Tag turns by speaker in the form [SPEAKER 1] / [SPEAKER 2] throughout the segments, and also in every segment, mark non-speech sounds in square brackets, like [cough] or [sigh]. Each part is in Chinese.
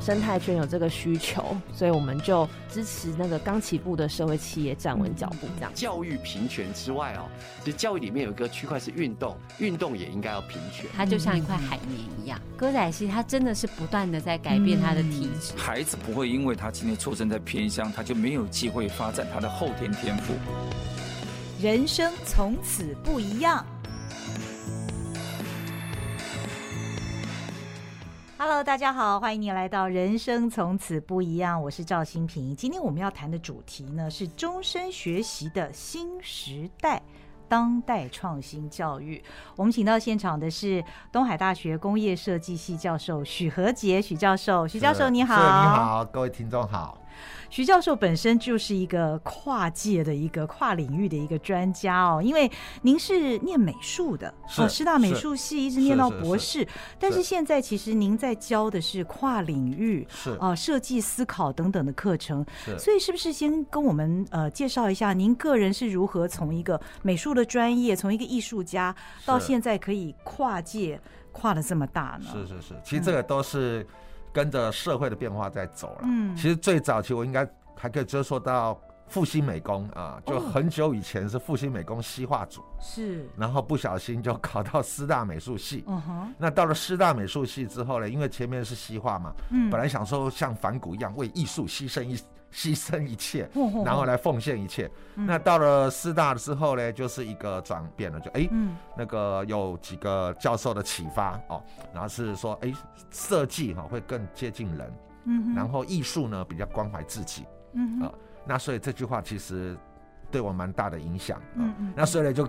[SPEAKER 1] 生态圈有这个需求，所以我们就支持那个刚起步的社会企业站稳脚步，这样。
[SPEAKER 2] 教育平权之外哦，其实教育里面有一个区块是运动，运动也应该要平权。
[SPEAKER 3] 它就像一块海绵一样，歌仔戏它真的是不断的在改变它的体质。
[SPEAKER 4] 孩子不会因为他今天出生在偏乡，他就没有机会发展他的后天天赋。
[SPEAKER 5] 人生从此不一样。Hello，大家好，欢迎你来到《人生从此不一样》，我是赵新平。今天我们要谈的主题呢是终身学习的新时代。当代创新教育，我们请到现场的是东海大学工业设计系教授许和杰许教授。许教授你好，
[SPEAKER 6] 是你好，各位听众好。
[SPEAKER 5] 徐教授本身就是一个跨界的一个跨领域的一个专家哦，因为您是念美术的，
[SPEAKER 6] 是
[SPEAKER 5] 哦，师大美术系一直念到博士，
[SPEAKER 6] 是
[SPEAKER 5] 但是现在其实您在教的是跨领域
[SPEAKER 6] 是
[SPEAKER 5] 啊、设计思考等等的课程，
[SPEAKER 6] 是
[SPEAKER 5] 所以是不是先跟我们呃介绍一下您个人是如何从一个美术的专业，从一个艺术家到
[SPEAKER 6] 是
[SPEAKER 5] 现在可以跨界跨的这么大呢？嗯
[SPEAKER 6] 是是是，其实这个都是跟着社会的变化在走了。
[SPEAKER 5] 嗯
[SPEAKER 6] 其实最早期我应该还可以追溯到复兴美工啊，
[SPEAKER 5] 哦
[SPEAKER 6] 就很久以前是复兴美工西化组，
[SPEAKER 5] 是，
[SPEAKER 6] 然后不小心就考到师大美术系。
[SPEAKER 5] 嗯哼，
[SPEAKER 6] 那到了师大美术系之后呢，因为前面是西化嘛，
[SPEAKER 5] 嗯
[SPEAKER 6] 本来想说像梵谷一样为艺术牺牲一牺牲一切，
[SPEAKER 5] 嚯嚯
[SPEAKER 6] 然后
[SPEAKER 5] 嚯
[SPEAKER 6] 来奉献一切。
[SPEAKER 5] 嗯
[SPEAKER 6] 那到了师大之后呢，就是一个转变了，就哎、
[SPEAKER 5] 嗯
[SPEAKER 6] 那个有几个教授的启发哦，然后是说哎设计哈会更接近人，
[SPEAKER 5] 嗯哼，
[SPEAKER 6] 然后艺术呢比较关怀自己。
[SPEAKER 5] 嗯哼
[SPEAKER 6] 啊那所以这句话其实对我蛮大的影响啊、
[SPEAKER 5] 嗯嗯
[SPEAKER 6] 那所以呢，就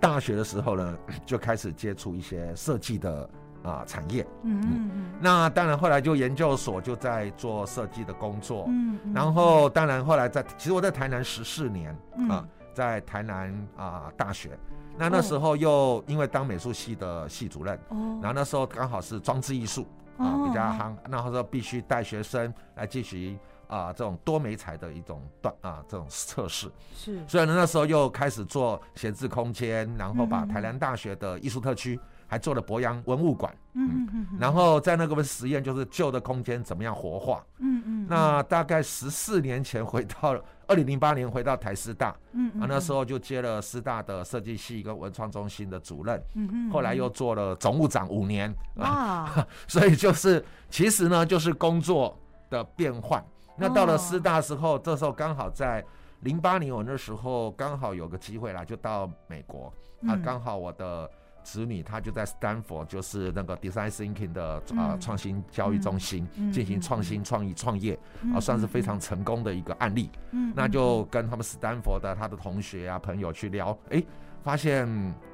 [SPEAKER 6] 大学的时候呢， [coughs] 就开始接触一些设计的啊、产业。
[SPEAKER 5] 嗯嗯嗯
[SPEAKER 6] 那当然后来就研究所就在做设计的工作，
[SPEAKER 5] 嗯嗯，
[SPEAKER 6] 然后当然后来在其实我在台南十四年
[SPEAKER 5] 嗯
[SPEAKER 6] 啊、在台南啊、大学。那那时候又因为当美术系的系主任，
[SPEAKER 5] 哦，
[SPEAKER 6] 然后那时候刚好是装置艺术啊、
[SPEAKER 5] 哦
[SPEAKER 6] 比较夯，那时候必须带学生来进行啊、这种多媒材的一种段啊、这种测试。
[SPEAKER 5] 是
[SPEAKER 6] 所以呢，那时候又开始做闲置空间，然后把
[SPEAKER 5] 嗯嗯嗯
[SPEAKER 6] 台南大学的艺术特区还做了博洋文物馆，
[SPEAKER 5] 嗯嗯嗯
[SPEAKER 6] 然后在那个实验就是旧的空间怎么样活化。
[SPEAKER 5] 嗯嗯，
[SPEAKER 6] 那大概十四年前回到 [laughs] 二零零八年回到台师大
[SPEAKER 5] 嗯
[SPEAKER 6] 啊，那时
[SPEAKER 5] 候
[SPEAKER 6] 候就接了师大的设计系跟文创中心的主任，
[SPEAKER 5] 嗯嗯
[SPEAKER 6] 后来又做了总务长五年啊，
[SPEAKER 5] 哇，
[SPEAKER 6] [laughs] 所以就是其实呢，就是工作的变换。那到
[SPEAKER 5] 哦
[SPEAKER 6] 了师大时候，这时候刚好在零八年，我那时候刚好有个机会啦，就到美国啊
[SPEAKER 5] 嗯，
[SPEAKER 6] 刚好我的子女她就在 Stanford，就是那个 Design Thinking 的啊
[SPEAKER 5] 嗯
[SPEAKER 6] 创新教育中心
[SPEAKER 5] 嗯
[SPEAKER 6] 进
[SPEAKER 5] 嗯
[SPEAKER 6] 行创新创意创业啊，
[SPEAKER 5] 嗯
[SPEAKER 6] 算是非常成功的一个案例。
[SPEAKER 5] 嗯
[SPEAKER 6] 那就跟他们斯坦福的他的同学啊朋友去聊，诶，发现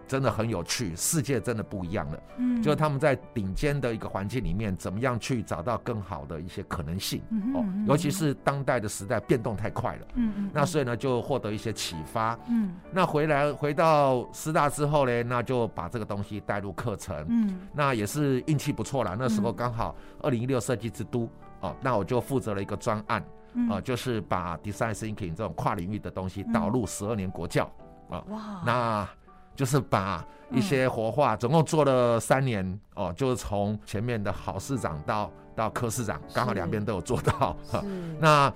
[SPEAKER 6] 真的很有趣，世界真的不一样了。
[SPEAKER 5] 嗯
[SPEAKER 6] 就是他们在顶尖的一个环境里面，怎么样去找到更好的一些可能性
[SPEAKER 5] 嗯
[SPEAKER 6] 哦
[SPEAKER 5] 哼，
[SPEAKER 6] 尤其是当代的时代变动太快了，
[SPEAKER 5] 嗯嗯
[SPEAKER 6] 那所以呢就获得一些启发。
[SPEAKER 5] 嗯
[SPEAKER 6] 那回来回到师大之后呢，那就把这个东西带入课程，
[SPEAKER 5] 嗯
[SPEAKER 6] 那也是运气不错啦。那时候
[SPEAKER 5] 嗯
[SPEAKER 6] 刚好二零一六设计之都哦，那我就负责了一个专案
[SPEAKER 5] 嗯
[SPEAKER 6] 啊，就是把 design thinking 这种跨领域的东西
[SPEAKER 5] 嗯哦
[SPEAKER 6] 导入十二年国教。
[SPEAKER 5] 哇
[SPEAKER 6] 那就是把一些
[SPEAKER 5] 嗯
[SPEAKER 6] 活化，总共做了三年哦，就是从前面的郝市长到到柯市长，刚好两边都有做到。哈
[SPEAKER 1] 是
[SPEAKER 6] 那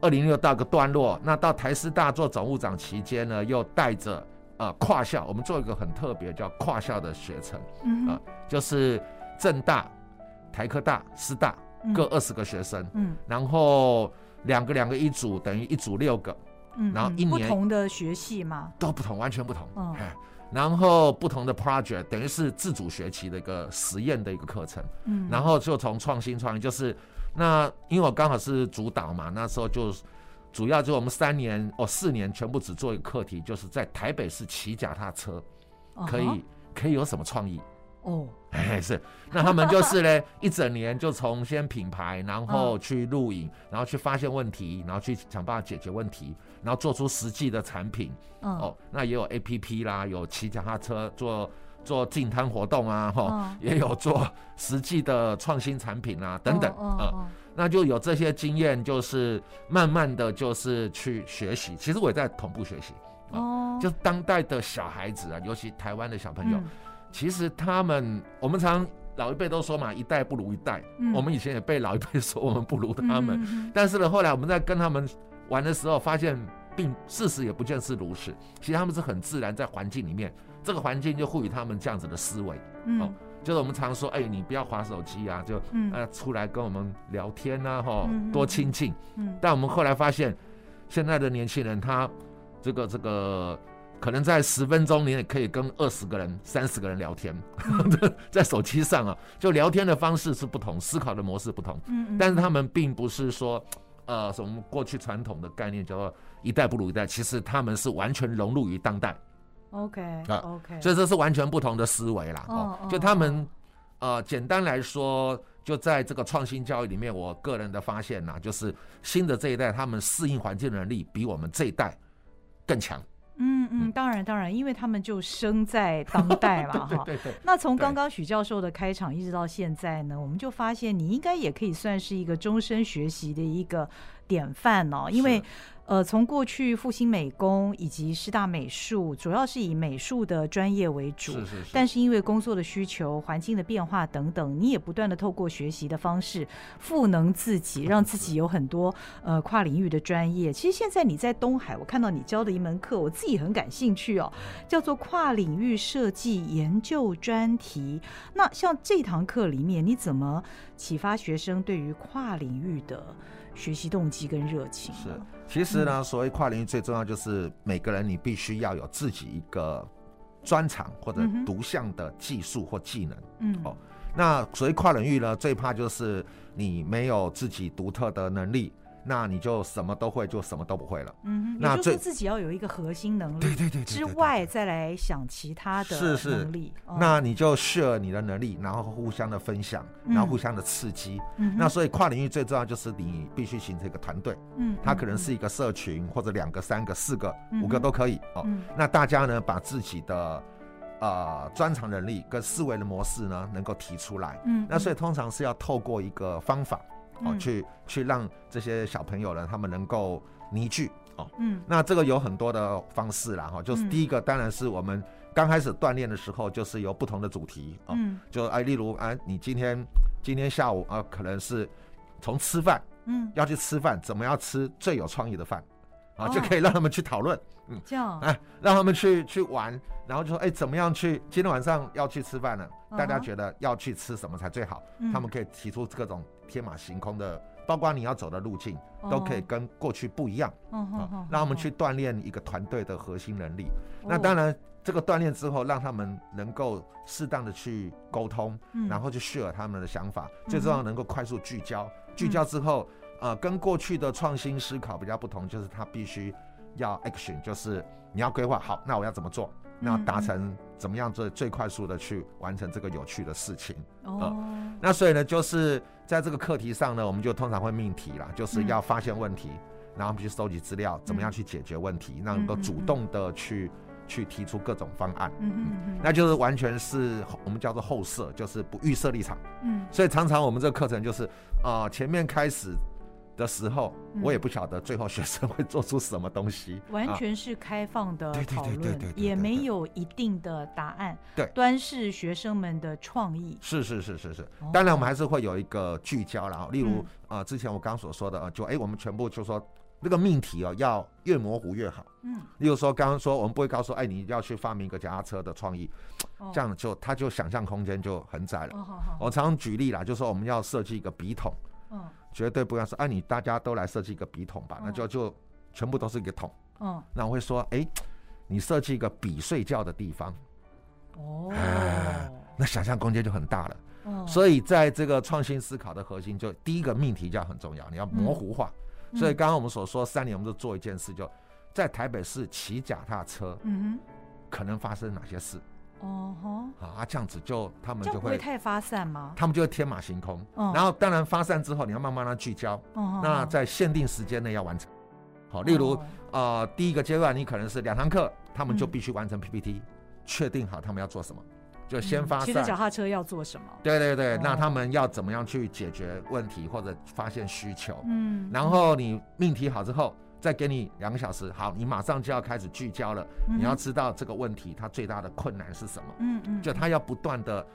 [SPEAKER 6] 二零六到个段落，那到台师大做总务长期间呢，又带着呃跨校，我们做一个很特别叫跨校的学程，
[SPEAKER 5] 嗯
[SPEAKER 6] 啊就是政大、台科大、师大各二十个学生，
[SPEAKER 5] 嗯
[SPEAKER 6] 然后两个两个一组，等于一组六个，
[SPEAKER 5] 嗯，不同的学系嘛，
[SPEAKER 6] 都不同，完全不同。
[SPEAKER 5] 嗯
[SPEAKER 6] 哎然后不同的 project 等于是自主学习的一个实验的一个课程，
[SPEAKER 5] 嗯
[SPEAKER 6] 然后就从创新创意，就是那因为我刚好是主导嘛，那时候就主要就我们三年哦四年全部只做一个课题，就是在台北市骑脚踏车可以可以有什么创意？
[SPEAKER 5] 嗯哦
[SPEAKER 6] 哎， [laughs] 是，那他们就是呢，一整年就从先品牌，然
[SPEAKER 5] 嗯
[SPEAKER 6] 后去录影，然后去发现问题，然后去想办法解决问题，然后做出实际的产品。
[SPEAKER 5] 嗯
[SPEAKER 6] 哦，那也有 A P P 啦，有骑脚踏车做做进摊活动啊，哈、
[SPEAKER 5] 嗯
[SPEAKER 6] [laughs] 也有做实际的创新产品啊，等等，啊，
[SPEAKER 5] 嗯
[SPEAKER 6] 那就有这些经验，就是慢慢的就是去学习。其实我也在同步学习，
[SPEAKER 5] 哦
[SPEAKER 6] 就是啊当代的小孩子啊，尤其台湾的小朋友，
[SPEAKER 5] 嗯
[SPEAKER 6] 其实他们我们常老一辈都说嘛，一代不如一代。
[SPEAKER 5] 嗯
[SPEAKER 6] 我们以前也被老一辈说我们不如他们，
[SPEAKER 5] 嗯嗯
[SPEAKER 6] 但是呢，后来我们在跟他们玩的时候，发现并事实也不见是如此。其实他们是很自然在环境里面，这个环境就赋予他们这样子的思维。
[SPEAKER 5] 嗯
[SPEAKER 6] 哦就是我们常说，哎，你不要划手机啊，就
[SPEAKER 5] 嗯
[SPEAKER 6] 呃出来跟我们聊天啊，哈、
[SPEAKER 5] 嗯嗯
[SPEAKER 6] 多亲近。
[SPEAKER 5] 嗯
[SPEAKER 6] 但我们后来发现，现在的年轻人他这个这个，可能在十分钟你也可以跟二十个人、三十个人聊天， [laughs] 在手机上啊，就聊天的方式是不同，思考的模式不同，
[SPEAKER 5] 嗯嗯
[SPEAKER 6] 但是他们并不是说。呃，什么过去传统的概念叫做一代不如一代，其实他们是完全融入于当代，
[SPEAKER 5] ，OK
[SPEAKER 6] 啊
[SPEAKER 5] OK，
[SPEAKER 6] 所以这是完全不同的思维啦。
[SPEAKER 5] 哦
[SPEAKER 6] 哦
[SPEAKER 5] 哦，
[SPEAKER 6] 就他们，呃，简单来说，就在这个创新教育里面，我个人的发现呐、就是新的这一代他们适应环境的能力比我们这一代更强。
[SPEAKER 5] 嗯嗯，当然当然，因为他们就生在当代嘛，哈。
[SPEAKER 6] [laughs] 对对。
[SPEAKER 5] 那从
[SPEAKER 6] 对
[SPEAKER 5] 刚刚许教授的开场一直到现在呢，我们就发现你应该也可以算是一个终身学习的一个典范哦，因为
[SPEAKER 6] 是。
[SPEAKER 5] 呃，从过去复兴美工以及师大美术，主要是以美术的专业为主，
[SPEAKER 6] 是是是
[SPEAKER 5] 但是因为工作的需求、环境的变化等等，你也不断的透过学习的方式赋能自己，
[SPEAKER 6] 嗯
[SPEAKER 5] 让自己有很多呃跨领域的专业。其实现在你在东海，我看到你教的一门课，我自己很感兴趣哦，叫做跨领域设计研究专题。那像这堂课里面，你怎么启发学生对于跨领域的学习动机跟热情呢？
[SPEAKER 6] 是，其实
[SPEAKER 5] 嗯
[SPEAKER 6] 呢，所谓跨领域最重要就是每个人你必须要有自己一个专长或者
[SPEAKER 5] 嗯哼
[SPEAKER 6] 独项的技术或技能。
[SPEAKER 5] 嗯，
[SPEAKER 6] 哦那所谓跨领域呢，最怕就是你没有自己独特的能力，那你就什么都会，就什么都不会了。
[SPEAKER 5] 嗯哼，也
[SPEAKER 6] 那
[SPEAKER 5] 就是说
[SPEAKER 6] 最
[SPEAKER 5] 自己要有一个核心能力，
[SPEAKER 6] 对对对对对
[SPEAKER 5] 之
[SPEAKER 6] 对
[SPEAKER 5] 外再来想其他的
[SPEAKER 6] 是是
[SPEAKER 5] 能力。哦
[SPEAKER 6] 那你就 share 你的能力，然后互相的分享，
[SPEAKER 5] 嗯
[SPEAKER 6] 然后互相的刺激。
[SPEAKER 5] 嗯哼
[SPEAKER 6] 那所以跨领域最重要就是你必须形成一个团队，
[SPEAKER 5] 嗯，
[SPEAKER 6] 它
[SPEAKER 5] 嗯
[SPEAKER 6] 可能是一个社群或者两个、三个、四个、
[SPEAKER 5] 嗯
[SPEAKER 6] 五个都可以哦。
[SPEAKER 5] 嗯
[SPEAKER 6] 那大家呢，把自己的呃专长能力跟思维的模式呢，能够提出来。
[SPEAKER 5] 嗯，
[SPEAKER 6] 那所以
[SPEAKER 5] 以
[SPEAKER 6] 通常是要透过一个方法哦，
[SPEAKER 5] 嗯
[SPEAKER 6] 去去让这些小朋友呢，他们能够凝聚哦。
[SPEAKER 5] 嗯
[SPEAKER 6] 那这个有很多的方式啦，哈，就是
[SPEAKER 5] 嗯
[SPEAKER 6] 第一个当然是我们刚开始锻炼的时候，就是有不同的主题啊、哦
[SPEAKER 5] 嗯
[SPEAKER 6] 就哎，例如啊，你今天今天下午啊，可能是从吃饭
[SPEAKER 5] 嗯
[SPEAKER 6] 要去吃饭，怎么样吃最有创意的饭啊，
[SPEAKER 5] 哦
[SPEAKER 6] 就可以让他们去讨论，
[SPEAKER 5] 这样
[SPEAKER 6] 哎，让他们去去玩，然后就说哎，怎么样去今天晚上要去吃饭呢？大
[SPEAKER 5] 嗯
[SPEAKER 6] 家
[SPEAKER 5] 哼
[SPEAKER 6] 觉得要去吃什么才最好？
[SPEAKER 5] 嗯
[SPEAKER 6] 他们可以提出各种天马行空的，包括你要走的路径都可以
[SPEAKER 5] 哦
[SPEAKER 6] 跟过去不一样。
[SPEAKER 5] 哦好好
[SPEAKER 6] 啊
[SPEAKER 5] 好，
[SPEAKER 6] 让他们去锻炼一个团队的核心能力。那
[SPEAKER 5] 哦
[SPEAKER 6] 当然，这个锻炼之后，让他们能够适当的去沟通，
[SPEAKER 5] 嗯
[SPEAKER 6] 然后去 share 他们的想法，最重要能够快速聚焦。聚
[SPEAKER 5] 嗯
[SPEAKER 6] 焦之后，呃，跟过去的创新思考比较不同，就是他必须要 action，就是你要规划好，那我要怎么做，那
[SPEAKER 5] 嗯
[SPEAKER 6] 达成怎么样最最快速的去完成这个有趣的事情。
[SPEAKER 5] 哦
[SPEAKER 6] 那所以呢，就是在这个课题上呢，我们就通常会命题啦，就是
[SPEAKER 5] 嗯
[SPEAKER 6] 要发现问题，然后我们去收集资料，怎么样去解决问题，
[SPEAKER 5] 嗯
[SPEAKER 6] 让能够主动的去去提出各种方案。
[SPEAKER 5] 嗯哼嗯哼
[SPEAKER 6] 那就是完全是我们叫做后设，就是不预设立场。
[SPEAKER 5] 嗯
[SPEAKER 6] 所以常常我们这个课程就是，啊，前面开始的时候，
[SPEAKER 5] 嗯
[SPEAKER 6] 我也不晓得最后学生会做出什么东西，
[SPEAKER 5] 完
[SPEAKER 6] 啊
[SPEAKER 5] 全是开放的
[SPEAKER 6] 对对对
[SPEAKER 5] 讨
[SPEAKER 6] 对对对
[SPEAKER 5] 论，
[SPEAKER 6] 对
[SPEAKER 5] 也
[SPEAKER 6] 对
[SPEAKER 5] 没
[SPEAKER 6] 对
[SPEAKER 5] 有一定的答案，
[SPEAKER 6] 对
[SPEAKER 5] 端视学生们的创意。
[SPEAKER 6] 是是是是是
[SPEAKER 5] 哦，
[SPEAKER 6] 当然我们还是会有一个聚焦啦，然后例如
[SPEAKER 5] 嗯
[SPEAKER 6] 啊、呃之前我刚所说的，呃就哎、我们全部就说那个命题哦，要越模糊越好。
[SPEAKER 5] 嗯，
[SPEAKER 6] 例如说刚刚说我们不会告诉哎、你要去发明一个脚踏车的创意，
[SPEAKER 5] 哦
[SPEAKER 6] 这样就他就想象空间就很窄了。
[SPEAKER 5] 哦好好，
[SPEAKER 6] 我常常举例啦，就说我们要设计一个笔筒，
[SPEAKER 5] 嗯
[SPEAKER 6] 绝对不要说哎、你大家都来设计一个笔筒吧，那就就全部都是一个桶。
[SPEAKER 5] 嗯
[SPEAKER 6] 那我会说哎、你设计一个笔睡觉的地方，
[SPEAKER 5] 哦
[SPEAKER 6] 哎那想象空间就很大了。
[SPEAKER 5] 哦，
[SPEAKER 6] 所以在这个创新思考的核心，就第一个命题就要很重要，你要模糊化。
[SPEAKER 5] 嗯
[SPEAKER 6] 所以刚刚我们所说三年，我们就做一件事，就在台北市骑脚踏车
[SPEAKER 5] 嗯
[SPEAKER 6] 可能发生哪些事
[SPEAKER 5] 哼哦吼，
[SPEAKER 6] 啊？啊这样子就他们
[SPEAKER 5] 这
[SPEAKER 6] 就
[SPEAKER 5] 样不会
[SPEAKER 6] 会，
[SPEAKER 5] 太发散吗？
[SPEAKER 6] 他们就会天马行空。
[SPEAKER 5] 嗯
[SPEAKER 6] 然后当然发散之后，你要慢慢的聚焦，
[SPEAKER 5] 哦
[SPEAKER 6] 那在限定时间内要完成。好，例如呃，第一个阶段你可能是两堂课，他们就
[SPEAKER 5] 嗯
[SPEAKER 6] 必须完成 PPT，确定好他们要做什么，就呃先发
[SPEAKER 5] 嗯骑着
[SPEAKER 6] 散。
[SPEAKER 5] 脚踏车要做什么？
[SPEAKER 6] 对对对，
[SPEAKER 5] 哦
[SPEAKER 6] 那他们要怎么样去解决问题或者发现需求？
[SPEAKER 5] 嗯
[SPEAKER 6] 然后你命题好之后，再给你两个小时，好，你马上就要开始聚焦了。
[SPEAKER 5] 嗯
[SPEAKER 6] 你要知道这个问题它最大的困难是什么，
[SPEAKER 5] 嗯嗯，
[SPEAKER 6] 就他要不断的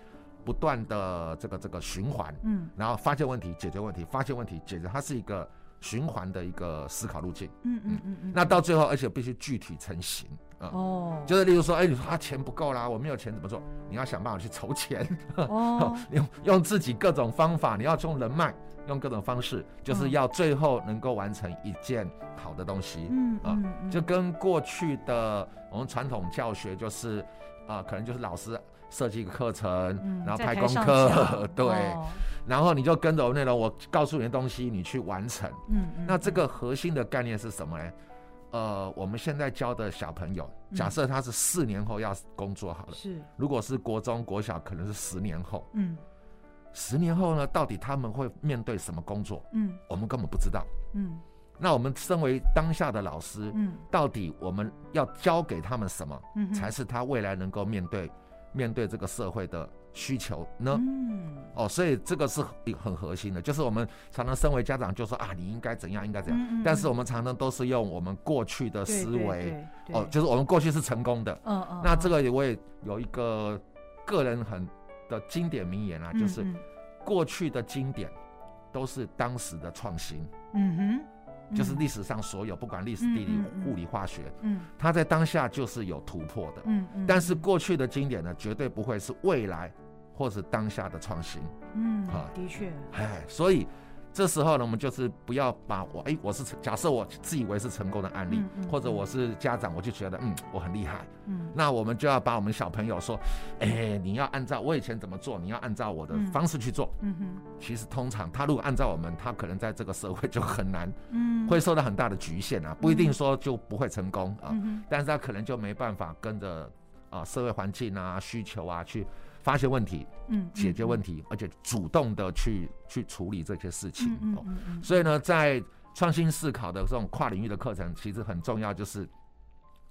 [SPEAKER 6] 不断的这个这个循环，
[SPEAKER 5] 嗯
[SPEAKER 6] 然后发现问题，解决问题，发现问题，解决，它是一个循环的一个思考路径。
[SPEAKER 5] 嗯嗯嗯嗯，
[SPEAKER 6] 那到最后，而且必须具体成型啊。
[SPEAKER 5] 哦，
[SPEAKER 6] 就是例如说，哎，你说啊钱不够啦，我没有钱怎么做？你要想办法去筹钱，
[SPEAKER 5] 哦
[SPEAKER 6] [laughs] 用用自己各种方法，你要用人脉，用各种方式，
[SPEAKER 5] 嗯
[SPEAKER 6] 就是要最后能够完成一件好的东西。
[SPEAKER 5] 嗯
[SPEAKER 6] 啊
[SPEAKER 5] 嗯嗯
[SPEAKER 6] 就跟过去的我们传统教学就是，啊、可能就是老师设计一个课程，
[SPEAKER 5] 嗯
[SPEAKER 6] 然后
[SPEAKER 5] 在
[SPEAKER 6] 派
[SPEAKER 5] 台
[SPEAKER 6] 功
[SPEAKER 5] 上
[SPEAKER 6] 课
[SPEAKER 5] 讲，
[SPEAKER 6] [laughs] 对，
[SPEAKER 5] 哦
[SPEAKER 6] 然后你就跟着我内容，我告诉你的东西，你去完成。
[SPEAKER 5] 嗯嗯，
[SPEAKER 6] 那这
[SPEAKER 5] 嗯
[SPEAKER 6] 个核心的概念是什么呢？呃，我们现在教的小朋友，
[SPEAKER 5] 嗯
[SPEAKER 6] 假设他是四年后要工作好了，
[SPEAKER 5] 是
[SPEAKER 6] 如果是国中、国小，可能是十年后。
[SPEAKER 5] 嗯
[SPEAKER 6] 十年后呢，到底他们会面对什么工作？
[SPEAKER 5] 嗯
[SPEAKER 6] 我们根本不知道。
[SPEAKER 5] 嗯
[SPEAKER 6] 那我们身为当下的老师，
[SPEAKER 5] 嗯
[SPEAKER 6] 到底我们要教给他们什么，
[SPEAKER 5] 嗯哼，
[SPEAKER 6] 才是他未来能够面对面对这个社会的需求呢？
[SPEAKER 5] 嗯
[SPEAKER 6] 哦，所以这个是很很核心的，就是我们常常身为家长就说啊，你应该怎样，应该怎样，
[SPEAKER 5] 嗯嗯
[SPEAKER 6] 但是我们常常都是用我们过去的
[SPEAKER 5] 对
[SPEAKER 6] 思
[SPEAKER 5] 对
[SPEAKER 6] 维，
[SPEAKER 5] 对
[SPEAKER 6] 哦，
[SPEAKER 5] 对
[SPEAKER 6] 就是我们过去是成功的。
[SPEAKER 5] 嗯嗯，
[SPEAKER 6] 那
[SPEAKER 5] 嗯
[SPEAKER 6] 这个我也有一个个人很的经典名言啊，
[SPEAKER 5] 嗯
[SPEAKER 6] 就是
[SPEAKER 5] 嗯
[SPEAKER 6] 过去的经典都是当时的创新，
[SPEAKER 5] 嗯哼，
[SPEAKER 6] 就是
[SPEAKER 5] 嗯
[SPEAKER 6] 历史上所有不管历史、
[SPEAKER 5] 嗯
[SPEAKER 6] 地理
[SPEAKER 5] 嗯嗯、
[SPEAKER 6] 物理、化学，
[SPEAKER 5] 嗯
[SPEAKER 6] 它在当下就是有突破的。
[SPEAKER 5] 嗯嗯，
[SPEAKER 6] 但是
[SPEAKER 5] 嗯
[SPEAKER 6] 过去的经典呢，绝对不会是未来或是当下的创新。
[SPEAKER 5] 嗯
[SPEAKER 6] 啊
[SPEAKER 5] 的确
[SPEAKER 6] 哎，所以这时候呢，我们就是不要把我哎，我是成假设我自以为是成功的案例，
[SPEAKER 5] 嗯嗯
[SPEAKER 6] 或者
[SPEAKER 5] 嗯
[SPEAKER 6] 我是家长，我就觉得嗯我很厉害，
[SPEAKER 5] 嗯
[SPEAKER 6] 那我们就要把我们小朋友说，哎，你要按照我以前怎么做，你要按照我的
[SPEAKER 5] 嗯
[SPEAKER 6] 方式去做。
[SPEAKER 5] 嗯哼
[SPEAKER 6] 其实通常他如果按照我们，他可能在这个社会就很难，
[SPEAKER 5] 嗯
[SPEAKER 6] 会受到很大的局限啊，不一定
[SPEAKER 5] 嗯
[SPEAKER 6] 说就不会成功啊，
[SPEAKER 5] 嗯哼
[SPEAKER 6] 但是他可能就没办法跟着啊社会环境啊需求啊去发现问题。
[SPEAKER 5] 嗯
[SPEAKER 6] 解决问
[SPEAKER 5] 题
[SPEAKER 6] 题，而且主动的去去处理这些事情。
[SPEAKER 5] 嗯
[SPEAKER 6] 哦，
[SPEAKER 5] 嗯嗯
[SPEAKER 6] 所以呢，在创新思考的这种跨领域的课程，其实很重要，就是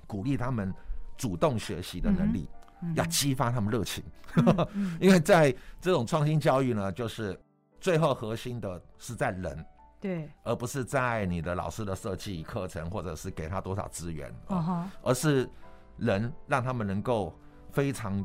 [SPEAKER 6] 鼓励他们主动学习的能力，
[SPEAKER 5] 嗯
[SPEAKER 6] 要激发他们热情。
[SPEAKER 5] 嗯嗯
[SPEAKER 6] [laughs] 因为在这种创新教育呢，就是最后核心的是在人，
[SPEAKER 5] 对
[SPEAKER 6] 而不是在你的老师的设计课程，或者是给他多少资源，
[SPEAKER 5] 哦
[SPEAKER 6] 哦
[SPEAKER 5] 哈
[SPEAKER 6] 而是人让他们能够非常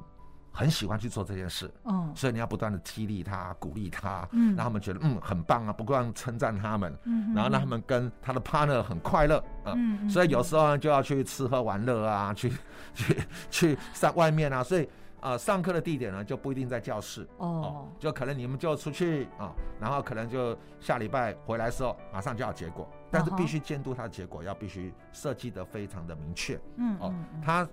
[SPEAKER 6] 很喜欢去做这件事。
[SPEAKER 5] 嗯
[SPEAKER 6] 所以你要不断的激励他、鼓励他，
[SPEAKER 5] 嗯
[SPEAKER 6] 让他们觉得嗯很棒啊，不断称赞他们，
[SPEAKER 5] 嗯
[SPEAKER 6] 然后让他们跟他的 partner 很快乐啊。
[SPEAKER 5] 嗯嗯
[SPEAKER 6] 所以有时候呢就要去吃喝玩乐啊，去 [laughs] 去去上外面啊，所以呃上课的地点呢就不一定在教室。
[SPEAKER 5] 哦
[SPEAKER 6] 就可能你们就出去啊，然后可能就下礼拜回来的时候马上就要结果，但是
[SPEAKER 5] 嗯哼
[SPEAKER 6] 必须监督他的结果，要必须设计的非常的明确。
[SPEAKER 5] 嗯
[SPEAKER 6] 哦
[SPEAKER 5] 嗯嗯，
[SPEAKER 6] 它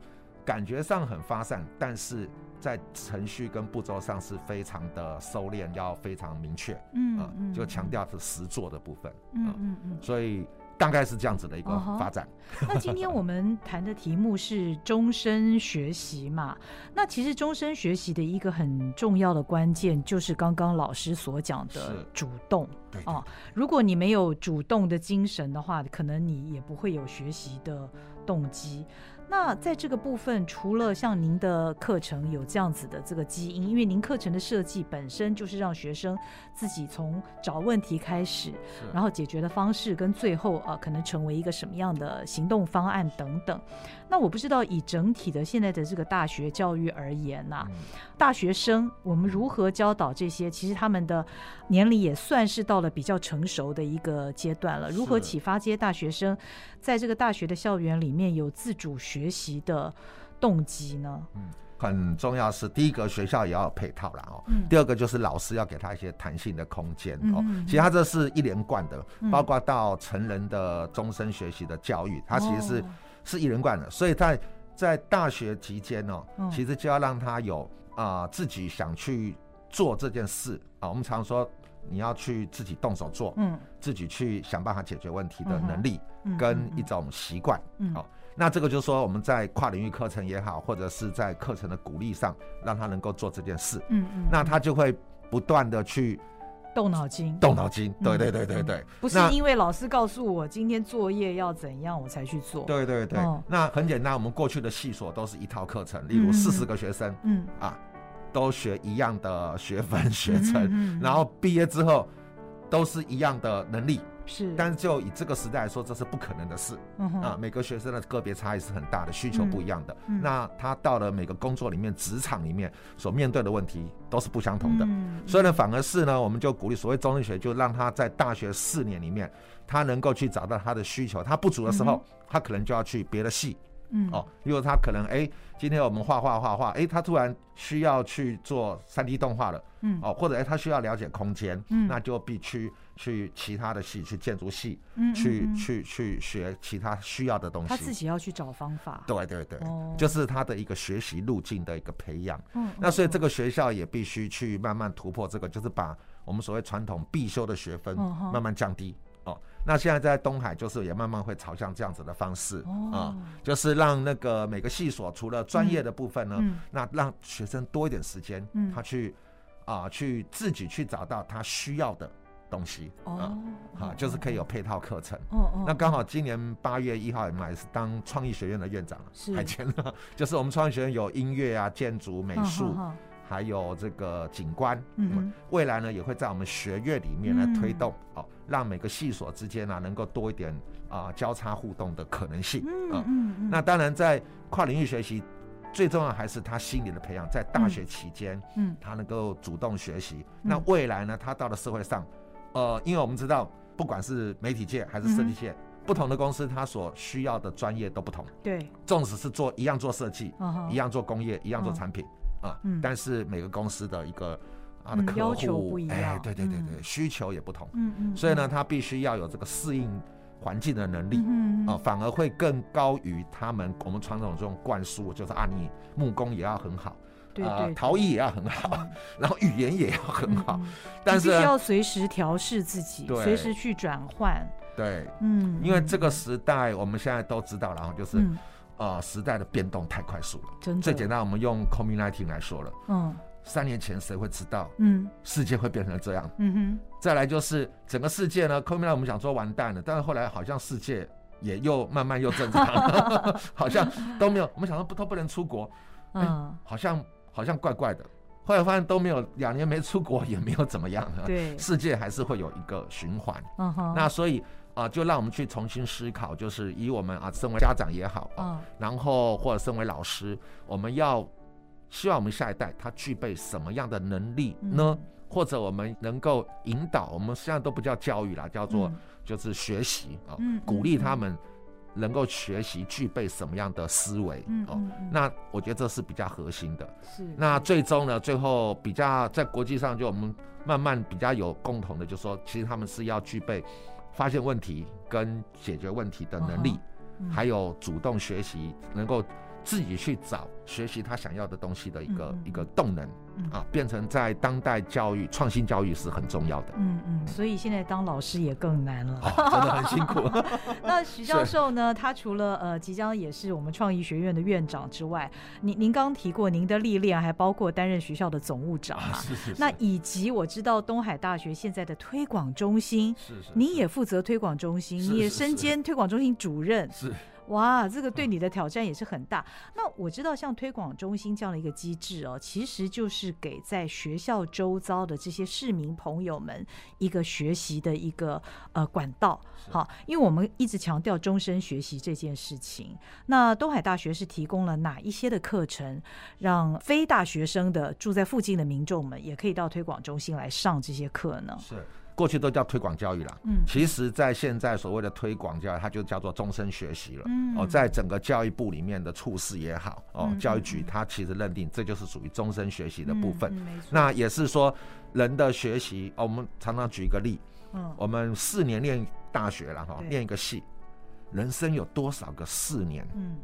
[SPEAKER 6] 感觉上很发散，但是在程序跟步骤上是非常的收敛，要非常明确啊、
[SPEAKER 5] 嗯嗯
[SPEAKER 6] 就强调是实做的部分啊、
[SPEAKER 5] 嗯嗯
[SPEAKER 6] [laughs]
[SPEAKER 5] 嗯
[SPEAKER 6] 所以大概是这样子的一个
[SPEAKER 5] 哦吼
[SPEAKER 6] 发展。
[SPEAKER 5] 那今天我们谈的题目是终身学习嘛？那其实终身学习的一个很重要的关键，就是刚刚老师所讲的
[SPEAKER 6] 是
[SPEAKER 5] 主动。
[SPEAKER 6] 对对
[SPEAKER 5] 哦，如果你没有主动的精神的话，可能你也不会有学习的动机。那在这个部分，除了像您的课程有这样子的这个基因，因为您课程的设计本身就是让学生自己从找问题开始，
[SPEAKER 6] 是
[SPEAKER 5] 然后解决的方式跟最后啊、呃可能成为一个什么样的行动方案等等。那我不知道以整体的现在的这个大学教育而言啊呐、
[SPEAKER 6] 嗯
[SPEAKER 5] 大学生我们如何教导这些？其实他们的年龄也算是到了比较成熟的一个阶段了。如何
[SPEAKER 6] 是
[SPEAKER 5] 启发这些大学生，在这个大学的校园里面有自主学习的动机呢？
[SPEAKER 6] 很重要是第一个学校也要有配套啦哦，
[SPEAKER 5] 嗯
[SPEAKER 6] 第二个就是老师要给他一些弹性的空间
[SPEAKER 5] 嗯
[SPEAKER 6] 哦
[SPEAKER 5] 嗯嗯。
[SPEAKER 6] 其实他这是一连贯的
[SPEAKER 5] 嗯，
[SPEAKER 6] 包括到成人的终身学习的教育，它其实是
[SPEAKER 5] 哦
[SPEAKER 6] 是一连贯的。所以在在大学期间哦
[SPEAKER 5] 嗯，
[SPEAKER 6] 其实就要让他有啊自己想去做这件事啊。我们常说你要去自己动手做，
[SPEAKER 5] 嗯
[SPEAKER 6] 自己去想办法解决问题的能力
[SPEAKER 5] 嗯，
[SPEAKER 6] 跟一哦种习惯。
[SPEAKER 5] 嗯
[SPEAKER 6] 好，那这个就是说我们在跨领域课程也好，或者是在课程的鼓励上，让他能够做这件事，
[SPEAKER 5] 嗯嗯，
[SPEAKER 6] 那他就会不断的去
[SPEAKER 5] 动脑筋。
[SPEAKER 6] 动脑筋。对对
[SPEAKER 5] 嗯
[SPEAKER 6] 对对
[SPEAKER 5] 嗯
[SPEAKER 6] 对，
[SPEAKER 5] 不是
[SPEAKER 6] 那
[SPEAKER 5] 因为老师告诉我今天作业要怎样我才去做。，
[SPEAKER 6] 对对对
[SPEAKER 5] 哦。
[SPEAKER 6] 那很简单，我们过去的系所都是一套课程，例
[SPEAKER 5] 嗯嗯
[SPEAKER 6] 如
[SPEAKER 5] 嗯
[SPEAKER 6] 四十个学生
[SPEAKER 5] 嗯，
[SPEAKER 6] 啊，都学一样的学分学
[SPEAKER 5] 嗯
[SPEAKER 6] 程，
[SPEAKER 5] 嗯嗯
[SPEAKER 6] 然后毕业之后都是一样的能力，
[SPEAKER 5] 是，
[SPEAKER 6] 但是就以这个时代来说，这是不可能的事
[SPEAKER 5] 嗯哼
[SPEAKER 6] 啊。每个学生的个别差异是很大的，需求不一样的。
[SPEAKER 5] 嗯嗯
[SPEAKER 6] 那他到了每个工作里面、职场里面所面对的问题都是不相同的。
[SPEAKER 5] 嗯
[SPEAKER 6] 所以呢，反而是呢，我们就鼓励所谓中医学，就让他在大学四年里面，他能够去找到他的需求，他不足的时候，他可能就要去别的系
[SPEAKER 5] 嗯
[SPEAKER 6] 哦。如果他可能，哎，今天我们画画画画，哎，他突然需要去做三 D 动画了，
[SPEAKER 5] 嗯
[SPEAKER 6] 哦，或者哎，他需要了解空间，
[SPEAKER 5] 嗯
[SPEAKER 6] 那就必须去其他的系，去建筑系，
[SPEAKER 5] 嗯嗯
[SPEAKER 6] 去
[SPEAKER 5] 嗯
[SPEAKER 6] 去去学其他需要的东西。
[SPEAKER 5] 他自己要去找方法，
[SPEAKER 6] 对对对，
[SPEAKER 5] 哦
[SPEAKER 6] 就是他的一个学习路径的一个培养。
[SPEAKER 5] 嗯，
[SPEAKER 6] 那所以这
[SPEAKER 5] 个
[SPEAKER 6] 个学校也必须去慢慢突破这个，就是把我们所谓传统必修的学分
[SPEAKER 5] 嗯哼
[SPEAKER 6] 慢慢降低哦。那现在在东海就是也慢慢会朝向这样子的方式啊
[SPEAKER 5] 哦，
[SPEAKER 6] 就是让那个每个系所除了专业的部分呢
[SPEAKER 5] 嗯，
[SPEAKER 6] 那让学生多一点时间
[SPEAKER 5] 嗯，
[SPEAKER 6] 他去啊去自己去找到他需要的东西啊
[SPEAKER 5] 哦，，
[SPEAKER 6] 好，就是可以有配套课程。
[SPEAKER 5] 哦哦，
[SPEAKER 6] 那刚好今年八月一号，我们还是当创意学院的院长了啊
[SPEAKER 5] 是，
[SPEAKER 6] 海前了， [laughs] 就是我们创意学院有音乐啊、建筑、美
[SPEAKER 5] 嗯
[SPEAKER 6] 术，
[SPEAKER 5] 好好
[SPEAKER 6] 还有这个景观，
[SPEAKER 5] 嗯哼嗯
[SPEAKER 6] 嗯，未来呢也会在我们学院里面来推动、哦，让每个系所之间呢、能够多一点啊、交叉互动的可能性，
[SPEAKER 5] 嗯
[SPEAKER 6] 啊
[SPEAKER 5] 嗯嗯，
[SPEAKER 6] 那当然在跨领域学习，最重要还是他心理的培养，在大学期间，
[SPEAKER 5] 嗯
[SPEAKER 6] 他能够主动学习。那未来呢，他到了社会上，呃，因为我们知道，不管是媒体界还是设计
[SPEAKER 5] 嗯
[SPEAKER 6] 界，不同的公司，它所需要的专业都不同。
[SPEAKER 5] 对，
[SPEAKER 6] 纵使是做一样做设计，
[SPEAKER 5] 嗯哼
[SPEAKER 6] 一样做工业，一样做
[SPEAKER 5] 嗯
[SPEAKER 6] 产品啊
[SPEAKER 5] 嗯，
[SPEAKER 6] 但是每个公司的一个啊的
[SPEAKER 5] 嗯
[SPEAKER 6] 客户
[SPEAKER 5] 要求不一
[SPEAKER 6] 哎
[SPEAKER 5] 样，
[SPEAKER 6] 对对对
[SPEAKER 5] 嗯
[SPEAKER 6] 对，需求也不同，
[SPEAKER 5] 嗯嗯，
[SPEAKER 6] 所以呢，他必须要有这个适应环境的能力。
[SPEAKER 5] 嗯，嗯
[SPEAKER 6] 啊，反而会更高于他们我们传统这种灌输，就是啊，你木工也要很好，
[SPEAKER 5] 对
[SPEAKER 6] 啊
[SPEAKER 5] 对，对
[SPEAKER 6] 陶艺也要很好， [laughs] 然后语言也要很
[SPEAKER 5] 嗯
[SPEAKER 6] 好，
[SPEAKER 5] 嗯
[SPEAKER 6] [laughs] 但
[SPEAKER 5] 你
[SPEAKER 6] 是
[SPEAKER 5] 必须
[SPEAKER 6] 呢
[SPEAKER 5] 要随时调试自己，
[SPEAKER 6] 对
[SPEAKER 5] 随时去转换，
[SPEAKER 6] 对，
[SPEAKER 5] 嗯，
[SPEAKER 6] 因为
[SPEAKER 5] 嗯
[SPEAKER 6] 这个时代我们现在都知道了啊，然后就是
[SPEAKER 5] 嗯，
[SPEAKER 6] 啊，时代的变动太快速了。
[SPEAKER 5] 真的
[SPEAKER 6] 最简单，我们用 COVID-19 来说了，
[SPEAKER 5] 嗯
[SPEAKER 6] 三年前谁会知道
[SPEAKER 5] 嗯
[SPEAKER 6] 世界会变成这样？
[SPEAKER 5] 嗯
[SPEAKER 6] 再来就是整个世界呢，COVID-19 我们想说完蛋了，但是后来好像世界也又慢慢又正常了， [laughs] 好像都没有，我们想说不都不能出国，
[SPEAKER 5] 哼嗯，
[SPEAKER 6] 好像好像怪怪的。后来发现都没有，两年没出国 [laughs] 也没有怎么样啊。
[SPEAKER 5] 对
[SPEAKER 6] 世界还是会有一个循环。
[SPEAKER 5] 嗯哼，
[SPEAKER 6] 那所以啊、就让我们去重新思考，就是以我们啊，身为家长也好啊，
[SPEAKER 5] 嗯
[SPEAKER 6] 然后或者身为老师，我们要希望我们下一代他具备什么样的能力
[SPEAKER 5] 嗯
[SPEAKER 6] 呢？或者我们能够引导，我们现在都不叫教育啦，叫做
[SPEAKER 5] 嗯
[SPEAKER 6] 就是学习啊，
[SPEAKER 5] 嗯
[SPEAKER 6] 鼓励他们能够学习具备什么样的思维
[SPEAKER 5] 嗯
[SPEAKER 6] 哦
[SPEAKER 5] 嗯嗯。
[SPEAKER 6] 那我觉得这是比较核心的。
[SPEAKER 5] 是
[SPEAKER 6] 那最终呢，最后比较在国际上，就我们慢慢比较有共同的，就说其实他们是要具备发现问题跟解决问题的能力，
[SPEAKER 5] 嗯
[SPEAKER 6] 还有主动学习，能够自己去找学习他想要的东西的一个、
[SPEAKER 5] 嗯嗯嗯
[SPEAKER 6] 一个动能
[SPEAKER 5] 嗯
[SPEAKER 6] 啊，变成在当代教育创新教育是很重要
[SPEAKER 5] [laughs]
[SPEAKER 6] 的。
[SPEAKER 5] 嗯嗯，所以现在当老师也更难了。
[SPEAKER 6] 哦、真的很
[SPEAKER 5] [laughs]
[SPEAKER 6] 辛苦，
[SPEAKER 5] 那徐教授呢？他除了呃，即将也是我们创意学院的院长之外，您您刚提过您的历练，还包括担任学校的总务长嘛？
[SPEAKER 6] 啊是是
[SPEAKER 5] 那以及我知道东海大学现在的推广中心，
[SPEAKER 6] 是是
[SPEAKER 5] 你也负责推广中心，
[SPEAKER 6] 是
[SPEAKER 5] 你也
[SPEAKER 6] 是
[SPEAKER 5] 身
[SPEAKER 6] 是
[SPEAKER 5] 兼推广中心主任，
[SPEAKER 6] 是
[SPEAKER 5] 哇，这个
[SPEAKER 6] 嗯
[SPEAKER 5] 对你的挑战也是很大。那我知道，像推广中心这样的一个机制哦，其实就是给在学校周遭的这些市民朋友们一个学习的一个呃管道。好，因为我们一直强调终身学习这件事情。那东海大学是提供了哪一些的课程，让非大学生的住在附近的民众们也可以到推广中心来上这些课呢？
[SPEAKER 6] 是，过去都叫推广教育啦。
[SPEAKER 5] 嗯
[SPEAKER 6] 其实，在现在所谓的推广教育，它就叫做终身学习了。
[SPEAKER 5] 嗯
[SPEAKER 6] 哦，在整个教育部里面的处室也好，哦，
[SPEAKER 5] 嗯
[SPEAKER 6] 教育局它其实认定这就是属于终身学习的部分。
[SPEAKER 5] 嗯嗯没错
[SPEAKER 6] 那也是说，人的学习、哦，我们常常举一个例，
[SPEAKER 5] 嗯
[SPEAKER 6] 我们四年念大学了哈，
[SPEAKER 5] 对
[SPEAKER 6] 念一个系，人生有多少个四年？
[SPEAKER 5] 嗯，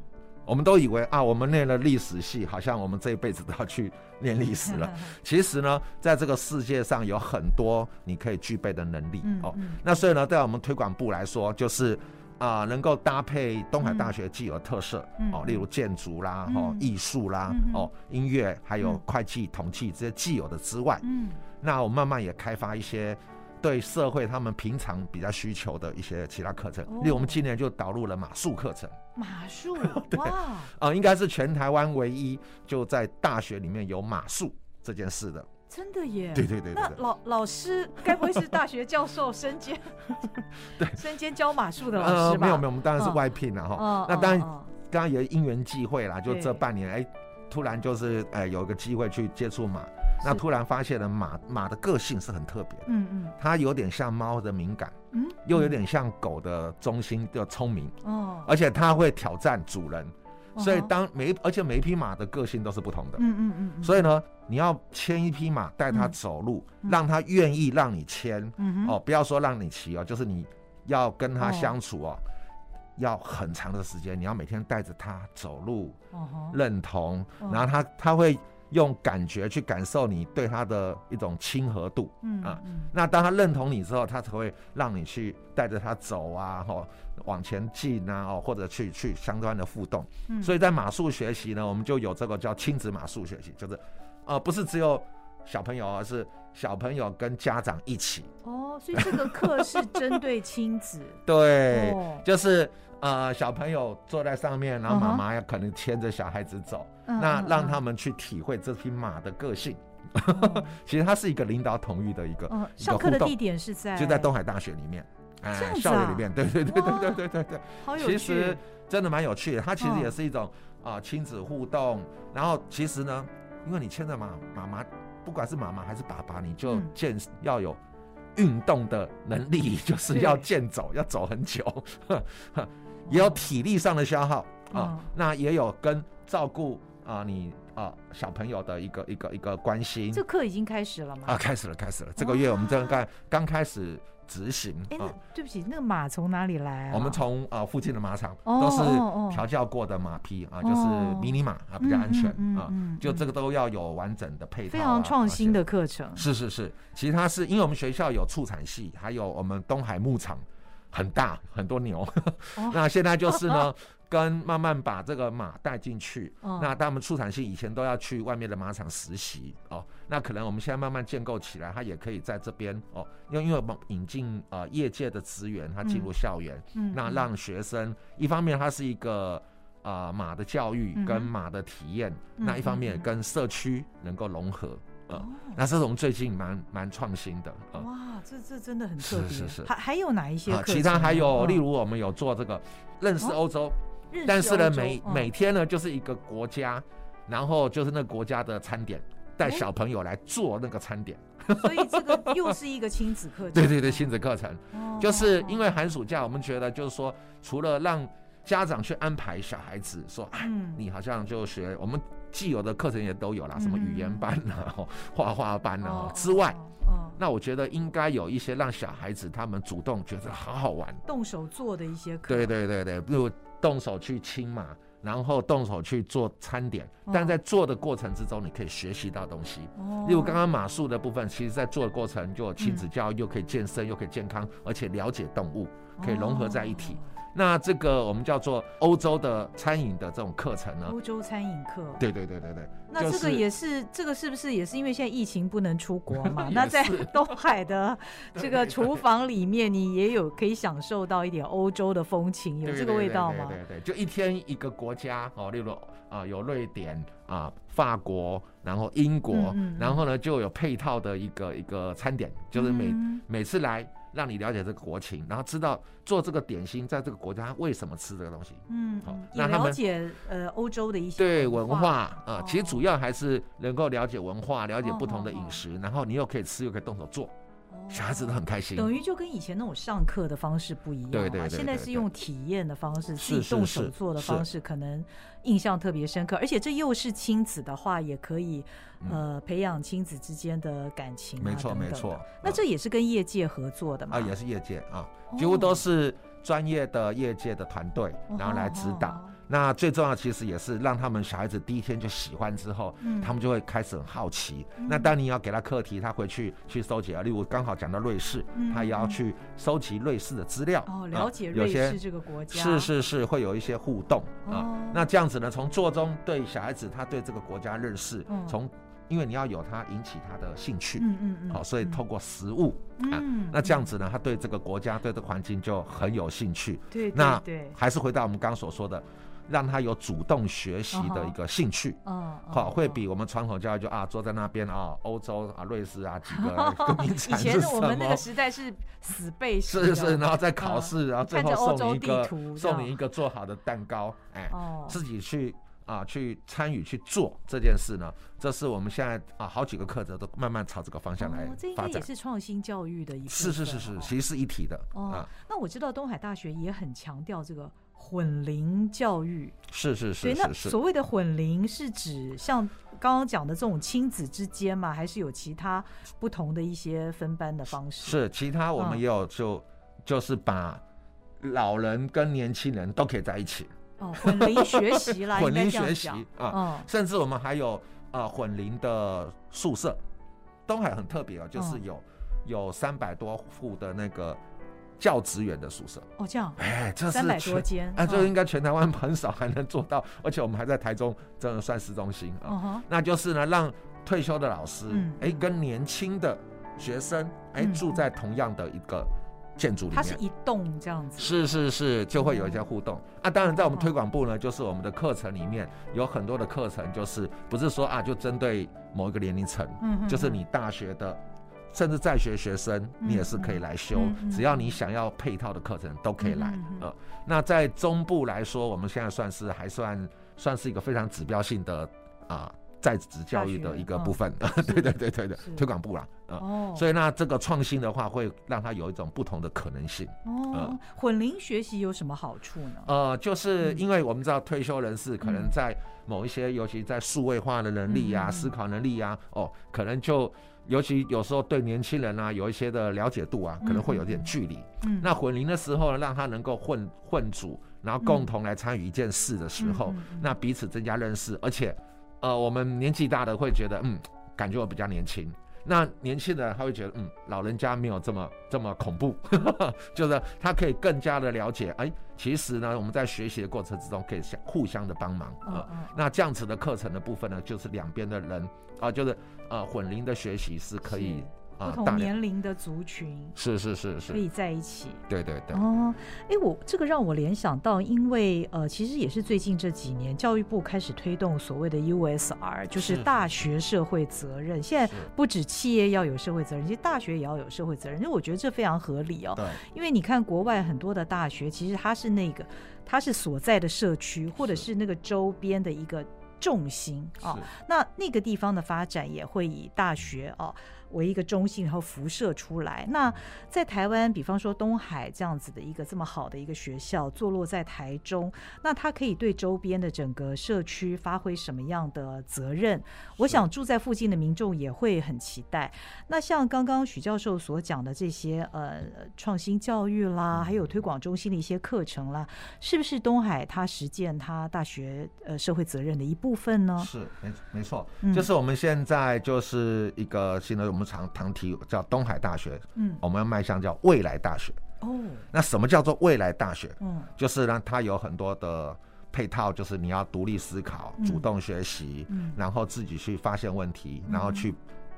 [SPEAKER 6] 我们都以为啊，我们念了历史系，好像我们这一辈子都要去念历史了。其实呢，在这个世界上有很多你可以具备的能力、
[SPEAKER 5] [laughs] 嗯
[SPEAKER 6] 哦
[SPEAKER 5] 嗯。
[SPEAKER 6] 那所以呢，对我们推广部来说，就是啊、能够搭配东海大学既有的特色、
[SPEAKER 5] 嗯
[SPEAKER 6] 哦，例如建筑啦、
[SPEAKER 5] 嗯
[SPEAKER 6] 哦艺术啦、
[SPEAKER 5] 嗯嗯
[SPEAKER 6] 哦音乐，还有
[SPEAKER 5] 嗯
[SPEAKER 6] 会计、统计这些既有的之外，
[SPEAKER 5] 嗯
[SPEAKER 6] 那我慢慢也开发一些。对社会他们平常比较需求的一些其他课程，
[SPEAKER 5] 哦
[SPEAKER 6] 例如我们今年就导入了马术课程，
[SPEAKER 5] 马
[SPEAKER 6] [laughs]
[SPEAKER 5] 术哇。
[SPEAKER 6] 啊、应该是全台湾唯一就在大学里面有马术这件事的
[SPEAKER 5] 真的耶。
[SPEAKER 6] 对对对对
[SPEAKER 5] 那
[SPEAKER 6] 对。
[SPEAKER 5] 老老师该不会是大学教授身兼
[SPEAKER 6] [laughs] 对
[SPEAKER 5] 身兼教马术的老
[SPEAKER 6] 呃，
[SPEAKER 5] 师吧？
[SPEAKER 6] 没有没有，我们当然是
[SPEAKER 5] 嗯
[SPEAKER 6] 外聘了哈
[SPEAKER 5] 哦。
[SPEAKER 6] 那当然，
[SPEAKER 5] 哦
[SPEAKER 6] 刚刚也因缘际会啦，就
[SPEAKER 5] 对
[SPEAKER 6] 这半年，哎，突然就是哎有一个机会去接触马，那
[SPEAKER 5] 是
[SPEAKER 6] 突然发现了马马的个性是很特别的，
[SPEAKER 5] 嗯嗯
[SPEAKER 6] 它有点像猫的敏感，
[SPEAKER 5] 嗯，
[SPEAKER 6] 又有点像狗的忠心的聪明，
[SPEAKER 5] 哦，
[SPEAKER 6] 而且它会挑战主人，
[SPEAKER 5] 哦
[SPEAKER 6] 所以
[SPEAKER 5] 吼
[SPEAKER 6] 当每一而且每一匹马的个性都是不同的，
[SPEAKER 5] 嗯嗯嗯嗯，
[SPEAKER 6] 所以呢，你要牵一匹马带它
[SPEAKER 5] 嗯
[SPEAKER 6] 走路，
[SPEAKER 5] 嗯
[SPEAKER 6] 让它愿意让你牵
[SPEAKER 5] 嗯哼
[SPEAKER 6] 哦，不要说让你骑哦，就是你要跟它
[SPEAKER 5] 哦
[SPEAKER 6] 相处哦。要很长的时间，你要每天带着它走路，
[SPEAKER 5] 哦吼
[SPEAKER 6] 认同，
[SPEAKER 5] 哦
[SPEAKER 6] 然后他他会用感觉去感受你对他的一种亲和度。
[SPEAKER 5] 嗯
[SPEAKER 6] 啊
[SPEAKER 5] 嗯
[SPEAKER 6] 那当他认同你之后，他才会让你去带着他走啊，吼、往前进啊，哦，或者去去相关的互动。
[SPEAKER 5] 嗯
[SPEAKER 6] 所以在马术学习呢，我们就有这个叫亲子马术学习，就是，呃，不是只有小朋友哦，而是小朋友跟家长一起。
[SPEAKER 5] 哦，所以这个课是针对亲子
[SPEAKER 6] [laughs] 对，
[SPEAKER 5] 哦，
[SPEAKER 6] 就是呃，小朋友坐在上面，然后妈妈要可能牵着小孩子走，
[SPEAKER 5] 嗯
[SPEAKER 6] 那
[SPEAKER 5] 嗯嗯
[SPEAKER 6] 让他们去体会这匹马的个性。
[SPEAKER 5] 哦
[SPEAKER 6] 其实它是一个领导统御的一个， [laughs]
[SPEAKER 5] 哦，
[SPEAKER 6] 一个
[SPEAKER 5] 上
[SPEAKER 6] 互
[SPEAKER 5] 课的
[SPEAKER 6] 动
[SPEAKER 5] 地点是在
[SPEAKER 6] 就在东，海大学里面，哎、
[SPEAKER 5] 这样子
[SPEAKER 6] 校园
[SPEAKER 5] 啊
[SPEAKER 6] 里面，对对对对
[SPEAKER 5] 哇
[SPEAKER 6] 对对对对，
[SPEAKER 5] 好有
[SPEAKER 6] 其
[SPEAKER 5] 趣
[SPEAKER 6] 实真的蛮有趣的。它其实
[SPEAKER 5] 嗯
[SPEAKER 6] 也是一种啊亲、子互动，然后其实呢，因为你牵着妈妈妈，不管是妈妈还是爸爸，你就
[SPEAKER 5] 嗯
[SPEAKER 6] 健、要有。运动的能力 [laughs] 就是要
[SPEAKER 5] 对
[SPEAKER 6] 健走，要走很久， [laughs] 呵呵也有体力上的消耗啊、
[SPEAKER 5] 嗯
[SPEAKER 6] 那也有跟照顾啊、你啊、小朋友的一个一个一个关心。
[SPEAKER 5] 这课已经开始了吗？
[SPEAKER 6] 啊，开始了，开始了！这个月我们正刚刚开始执行
[SPEAKER 5] 哦哎，那
[SPEAKER 6] 啊，
[SPEAKER 5] 对不起，那个马从哪里来啊？
[SPEAKER 6] 我们从啊附近的马场
[SPEAKER 5] 哦
[SPEAKER 6] 都是
[SPEAKER 5] 哦哦
[SPEAKER 6] 调教过的马匹啊，就是
[SPEAKER 5] 哦
[SPEAKER 6] 迷你马啊，比较安全
[SPEAKER 5] 嗯嗯嗯
[SPEAKER 6] 啊
[SPEAKER 5] 嗯嗯，
[SPEAKER 6] 就这个都要有完整的配
[SPEAKER 5] 非
[SPEAKER 6] 套啊，
[SPEAKER 5] 常创新
[SPEAKER 6] 而
[SPEAKER 5] 的课程
[SPEAKER 6] 且。是是是，其实它是因为我们学校有畜产系，还有我们东海牧场很大很多牛，
[SPEAKER 5] 哦
[SPEAKER 6] [laughs] 那现在就是呢。跟慢慢把这个马带进去，
[SPEAKER 5] 哦
[SPEAKER 6] 那他们畜产系以前都要去外面的马场实习哦，那可能我们现在慢慢建构起来，它也可以在这边哦，因为因为我们引进呃业界的资源，它进入校园，
[SPEAKER 5] 嗯
[SPEAKER 6] 那
[SPEAKER 5] 嗯
[SPEAKER 6] 让学生一方面它是一个。啊、马的教育
[SPEAKER 5] 嗯
[SPEAKER 6] 跟
[SPEAKER 5] 哼
[SPEAKER 6] 马的体验，
[SPEAKER 5] 嗯
[SPEAKER 6] 那一方
[SPEAKER 5] 嗯
[SPEAKER 6] 面也
[SPEAKER 5] 嗯
[SPEAKER 6] 跟社区能够融合，呃，那这是我们最近蛮蛮创新的，呃，
[SPEAKER 5] 哇，这这真的很特别。
[SPEAKER 6] 是是是
[SPEAKER 5] 还还有哪一些
[SPEAKER 6] 啊
[SPEAKER 5] 课，程呢？
[SPEAKER 6] 其他还有，
[SPEAKER 5] 嗯
[SPEAKER 6] 例如我们有做这个认识
[SPEAKER 5] 哦
[SPEAKER 6] 欧洲，
[SPEAKER 5] 日式
[SPEAKER 6] 但是
[SPEAKER 5] 欧
[SPEAKER 6] 呢，
[SPEAKER 5] 洲
[SPEAKER 6] 每
[SPEAKER 5] 嗯
[SPEAKER 6] 每天呢就是一个国家，然后就是那个国家的餐点，带
[SPEAKER 5] 哦
[SPEAKER 6] 小朋友来做那个餐点。
[SPEAKER 5] [laughs] 所以这个又是一个亲子课程。
[SPEAKER 6] 对对对，亲子课程，
[SPEAKER 5] 哦，
[SPEAKER 6] 就是因为寒暑假，我们觉得就是说，除了让家长去安排小孩子说，哎，
[SPEAKER 5] 嗯
[SPEAKER 6] 你好像就学我们既有的课程也都有啦，什么
[SPEAKER 5] 嗯
[SPEAKER 6] 语言班啊、哦画画班啊
[SPEAKER 5] 哦
[SPEAKER 6] 之外，，
[SPEAKER 5] 哦，哦
[SPEAKER 6] 那我觉得应该有一些让小孩子他们主动觉得好好玩。
[SPEAKER 5] 动手做的一些课。
[SPEAKER 6] 对对对对，比如动手去亲嘛，然后动手去做餐点，
[SPEAKER 5] 哦
[SPEAKER 6] 但在做的过程之中，你可以学习到东西。
[SPEAKER 5] 哦，
[SPEAKER 6] 例如刚刚马术的部分，其实在做的过程就有亲
[SPEAKER 5] 嗯
[SPEAKER 6] 子教育，又可以健身，又可以健康，而且了解动物，可以融合
[SPEAKER 5] 哦
[SPEAKER 6] 在一起。啊那这个我们叫做欧洲的餐饮的这种课程
[SPEAKER 5] 哦。
[SPEAKER 6] 呢？
[SPEAKER 5] 欧洲餐饮课，
[SPEAKER 6] 对对对对对，
[SPEAKER 5] 那
[SPEAKER 6] 就
[SPEAKER 5] 这个
[SPEAKER 6] 是
[SPEAKER 5] 也是这个是不是也是因为现在疫情不能出国嘛？
[SPEAKER 6] [laughs] 也
[SPEAKER 5] 那在
[SPEAKER 6] 是
[SPEAKER 5] 东海
[SPEAKER 6] [laughs]
[SPEAKER 5] 的这个厨房里面，你也有可以享受到一点欧洲的风情，有
[SPEAKER 6] 对
[SPEAKER 5] 这个味道吗
[SPEAKER 6] 对？对对对，就一天一个国家哦，例如啊、有瑞典啊、法国，然后英国，
[SPEAKER 5] 嗯嗯嗯
[SPEAKER 6] 然后呢就有配套的一个一个餐点，就是每、
[SPEAKER 5] 嗯
[SPEAKER 6] 每次来让你了解这个国情，然后知道做这个点心在这个国家为什么吃这个东西。
[SPEAKER 5] 嗯，
[SPEAKER 6] 好
[SPEAKER 5] 嗯也
[SPEAKER 6] 那他们
[SPEAKER 5] 了解呃欧洲的一些
[SPEAKER 6] 对文化啊、
[SPEAKER 5] 哦
[SPEAKER 6] 其实主要还是能够了解文化，了解不同的
[SPEAKER 5] 哦哦
[SPEAKER 6] 饮食，然后你又可以吃，又可以动手做，小孩子都
[SPEAKER 5] 哦
[SPEAKER 6] 很开心。
[SPEAKER 5] 等于就跟以前那种上课的方式不一样嘛，
[SPEAKER 6] 对对对
[SPEAKER 5] 现在
[SPEAKER 6] 对
[SPEAKER 5] 是
[SPEAKER 6] 对
[SPEAKER 5] 用体验的方式，
[SPEAKER 6] 是
[SPEAKER 5] 自己动
[SPEAKER 6] 是
[SPEAKER 5] 手
[SPEAKER 6] 是
[SPEAKER 5] 做的
[SPEAKER 6] 是
[SPEAKER 5] 方式，可能印象特别深刻。而且这又是亲子的话，也可以、呃培养亲子之间的感情、啊，
[SPEAKER 6] 嗯没错
[SPEAKER 5] 等等
[SPEAKER 6] 没错嗯
[SPEAKER 5] 的那这也是跟业界合作的嘛？
[SPEAKER 6] 啊，也是业界
[SPEAKER 5] 哦
[SPEAKER 6] 啊，几乎都是专业的业界的团队，然后来指导。
[SPEAKER 5] 哦
[SPEAKER 6] 那最重要其实也是让他们小孩子第一天就喜欢之后，
[SPEAKER 5] 嗯
[SPEAKER 6] 他们就会开始很好奇。那当你要给他课题，他回去去收集啊。例如刚好讲到瑞士，
[SPEAKER 5] 嗯
[SPEAKER 6] 他也要去收集瑞士的资料，
[SPEAKER 5] 哦，
[SPEAKER 6] 啊
[SPEAKER 5] 了解
[SPEAKER 6] 有
[SPEAKER 5] 瑞
[SPEAKER 6] 些
[SPEAKER 5] 士这个国家
[SPEAKER 6] 是是是会有一些互动啊。
[SPEAKER 5] 哦
[SPEAKER 6] 那这样子呢，从做中对小孩子他对这个国家认识
[SPEAKER 5] 嗯，
[SPEAKER 6] 从、因为你要有他引起他的兴趣，
[SPEAKER 5] 嗯嗯嗯，
[SPEAKER 6] 好、所以
[SPEAKER 5] 嗯
[SPEAKER 6] 透过食物。啊
[SPEAKER 5] 嗯，
[SPEAKER 6] 那这样
[SPEAKER 5] 嗯
[SPEAKER 6] 子呢，他对这个国家、对这个环境就很有兴趣。
[SPEAKER 5] 对对
[SPEAKER 6] 那
[SPEAKER 5] 对
[SPEAKER 6] 还是回到我们刚刚所说的，让他有主动学习的一个兴趣。
[SPEAKER 5] 嗯，嗯
[SPEAKER 6] 好，会
[SPEAKER 5] 嗯
[SPEAKER 6] 比我们传统教育就啊坐在那边啊，欧洲啊、瑞士啊几
[SPEAKER 5] [laughs]
[SPEAKER 6] 个各名
[SPEAKER 5] 以
[SPEAKER 6] 产
[SPEAKER 5] 前
[SPEAKER 6] 是什
[SPEAKER 5] 我们那
[SPEAKER 6] 么
[SPEAKER 5] 个？时代是死背式
[SPEAKER 6] 是
[SPEAKER 5] 的，
[SPEAKER 6] 是，然后再考
[SPEAKER 5] 嗯
[SPEAKER 6] 试，然后最
[SPEAKER 5] 看着
[SPEAKER 6] 后
[SPEAKER 5] 欧
[SPEAKER 6] 送
[SPEAKER 5] 洲
[SPEAKER 6] 你一
[SPEAKER 5] 地
[SPEAKER 6] 个
[SPEAKER 5] 图这
[SPEAKER 6] 送
[SPEAKER 5] 样
[SPEAKER 6] 你一个做好的蛋糕，哎，
[SPEAKER 5] 哦，
[SPEAKER 6] 自己去啊去参与去做这件事呢，这是我们现在啊好几个课程都慢慢朝这个方向来
[SPEAKER 5] 哦这应
[SPEAKER 6] 发
[SPEAKER 5] 该
[SPEAKER 6] 展
[SPEAKER 5] 也。是创新教育的一部
[SPEAKER 6] 是
[SPEAKER 5] 分
[SPEAKER 6] 是是是，
[SPEAKER 5] 哦
[SPEAKER 6] 其实是一体的
[SPEAKER 5] 哦
[SPEAKER 6] 啊，，
[SPEAKER 5] 那我知道东海大学也很强调这个混龄教育。
[SPEAKER 6] 是是
[SPEAKER 5] 对，
[SPEAKER 6] 是
[SPEAKER 5] 那
[SPEAKER 6] 是是
[SPEAKER 5] 所。谓的混龄是指像刚刚讲的这种亲子之间吗？还是有其他不同的一些分班的方式？
[SPEAKER 6] 是，其他我
[SPEAKER 5] 嗯
[SPEAKER 6] 们也有就、就是把老人跟年轻人都可以在一起
[SPEAKER 5] 哦，混龄学习
[SPEAKER 6] [laughs]
[SPEAKER 5] 啦，
[SPEAKER 6] 混
[SPEAKER 5] 应该
[SPEAKER 6] 龄
[SPEAKER 5] 这样
[SPEAKER 6] 学习
[SPEAKER 5] 讲嗯，
[SPEAKER 6] 啊，甚至我们还有啊、呃混龄的宿舍。东海很特别哦，就是
[SPEAKER 5] 嗯
[SPEAKER 6] 有、有三百多户的那个教职员的宿舍，
[SPEAKER 5] 哦，这样
[SPEAKER 6] 哎，这
[SPEAKER 5] 三
[SPEAKER 6] 是
[SPEAKER 5] 百
[SPEAKER 6] 全
[SPEAKER 5] 多间，
[SPEAKER 6] 啊，这
[SPEAKER 5] 嗯
[SPEAKER 6] 应该全台湾很少还能做到，而且我们还在台中，真的算市中心啊。
[SPEAKER 5] 嗯哼，
[SPEAKER 6] 那就是呢，让退休的老师，
[SPEAKER 5] 嗯
[SPEAKER 6] 哎、跟年轻的学生，哎、
[SPEAKER 5] 嗯
[SPEAKER 6] 住在同样的一个建筑里
[SPEAKER 5] 它是
[SPEAKER 6] 面。
[SPEAKER 5] 一栋这样子，
[SPEAKER 6] 是是是，就会有一些互动、啊。当然，在我们
[SPEAKER 5] 哦
[SPEAKER 6] 推广部呢，就是我们的课程里面有很多的课程，就是不是说啊，就针对某一个年龄层，
[SPEAKER 5] 嗯哼
[SPEAKER 6] 就是你大学的，甚至在学学生，你也是可以来修，
[SPEAKER 5] 嗯嗯
[SPEAKER 6] 只要你想要配套的课程都可以来。
[SPEAKER 5] 嗯嗯嗯
[SPEAKER 6] 呃，那在中部来说，我们现在算是还算算是一个非常指标性的啊、在职教育
[SPEAKER 5] 大
[SPEAKER 6] 的
[SPEAKER 5] 学
[SPEAKER 6] 一个
[SPEAKER 5] 嗯
[SPEAKER 6] 部分。 [laughs]
[SPEAKER 5] 是
[SPEAKER 6] 对对对对对
[SPEAKER 5] 是，
[SPEAKER 6] 推广部啦，啊、
[SPEAKER 5] 哦，
[SPEAKER 6] 所以那这个创新的话，会让它有一种不同的可能性。
[SPEAKER 5] 哦
[SPEAKER 6] 呃，
[SPEAKER 5] 混龄学习有什么好处呢？
[SPEAKER 6] 呃，就是
[SPEAKER 5] 嗯
[SPEAKER 6] 因为我们知道退休人士可
[SPEAKER 5] 嗯
[SPEAKER 6] 能在某一些，尤其在数位化的能力呀、
[SPEAKER 5] 嗯
[SPEAKER 6] 思考能力呀、哦，可能就尤其有时候对年轻人啊有一些的了解度啊，可能会有点距离。
[SPEAKER 5] 嗯，
[SPEAKER 6] 那混龄的时候呢，让他能够混混组，然后共同来参与一件事的时候，
[SPEAKER 5] 嗯嗯嗯
[SPEAKER 6] 那彼此增加认识，而且，呃，我们年纪大的会觉得，嗯，感觉我比较年轻。那年轻人他会觉得，嗯，老人家没有这么这么恐怖， [laughs] 就是他可以更加的了解，哎，其实呢，我们在学习的过程之中可以相互相的帮忙，
[SPEAKER 5] 嗯
[SPEAKER 6] 呃，
[SPEAKER 5] 嗯
[SPEAKER 6] 那这样子的课程的部分呢，就是两边的人啊、就是呃混龄的学习是可以啊、
[SPEAKER 5] 不
[SPEAKER 6] 呃
[SPEAKER 5] 同
[SPEAKER 6] 大量
[SPEAKER 5] 年龄的族群
[SPEAKER 6] 是是是
[SPEAKER 5] 可
[SPEAKER 6] 是，
[SPEAKER 5] 以在一起。
[SPEAKER 6] 对对对，
[SPEAKER 5] 哦，哎，我这个让我联想到，因为呃，其实也是最近这几年，教育部开始推动所谓的 USR，就是
[SPEAKER 6] 是是
[SPEAKER 5] 大学社会责任。现在
[SPEAKER 6] 是
[SPEAKER 5] 不止企业要有社会责任，其实大学也要有社会责任。因为我觉得这非常合理哦，
[SPEAKER 6] 对。
[SPEAKER 5] 因为你看国外很多的大学，其实它是那个它是所在的社区或者是那个周边的一个重心啊、
[SPEAKER 6] 是
[SPEAKER 5] 那那个地方的发展也会以大学哦为一个中心，然后辐射出来。那在台湾，比方说东海这样子的一个这么好的一个学校，坐落在台中，那它可以对周边的整个社区发挥什么样的责任？我想住在附近的民众也会很期待。那像刚刚许教授所讲的这些呃创新教育啦，还有推广中心的一些课程啦，是不是东海它实践它大学呃社会责任的一部分呢？
[SPEAKER 6] 是没没错
[SPEAKER 5] 嗯，
[SPEAKER 6] 就是我们现在就是一个新的，我们常常提叫东海大学，
[SPEAKER 5] 嗯
[SPEAKER 6] 我们要迈向叫未来大学。
[SPEAKER 5] 哦，
[SPEAKER 6] 那什么叫做未来大学？
[SPEAKER 5] 嗯
[SPEAKER 6] 就是呢，它有很多的配套，就是你要独立思考、
[SPEAKER 5] 嗯
[SPEAKER 6] 主动学习，
[SPEAKER 5] 嗯
[SPEAKER 6] 然后自己去发现问题，然后去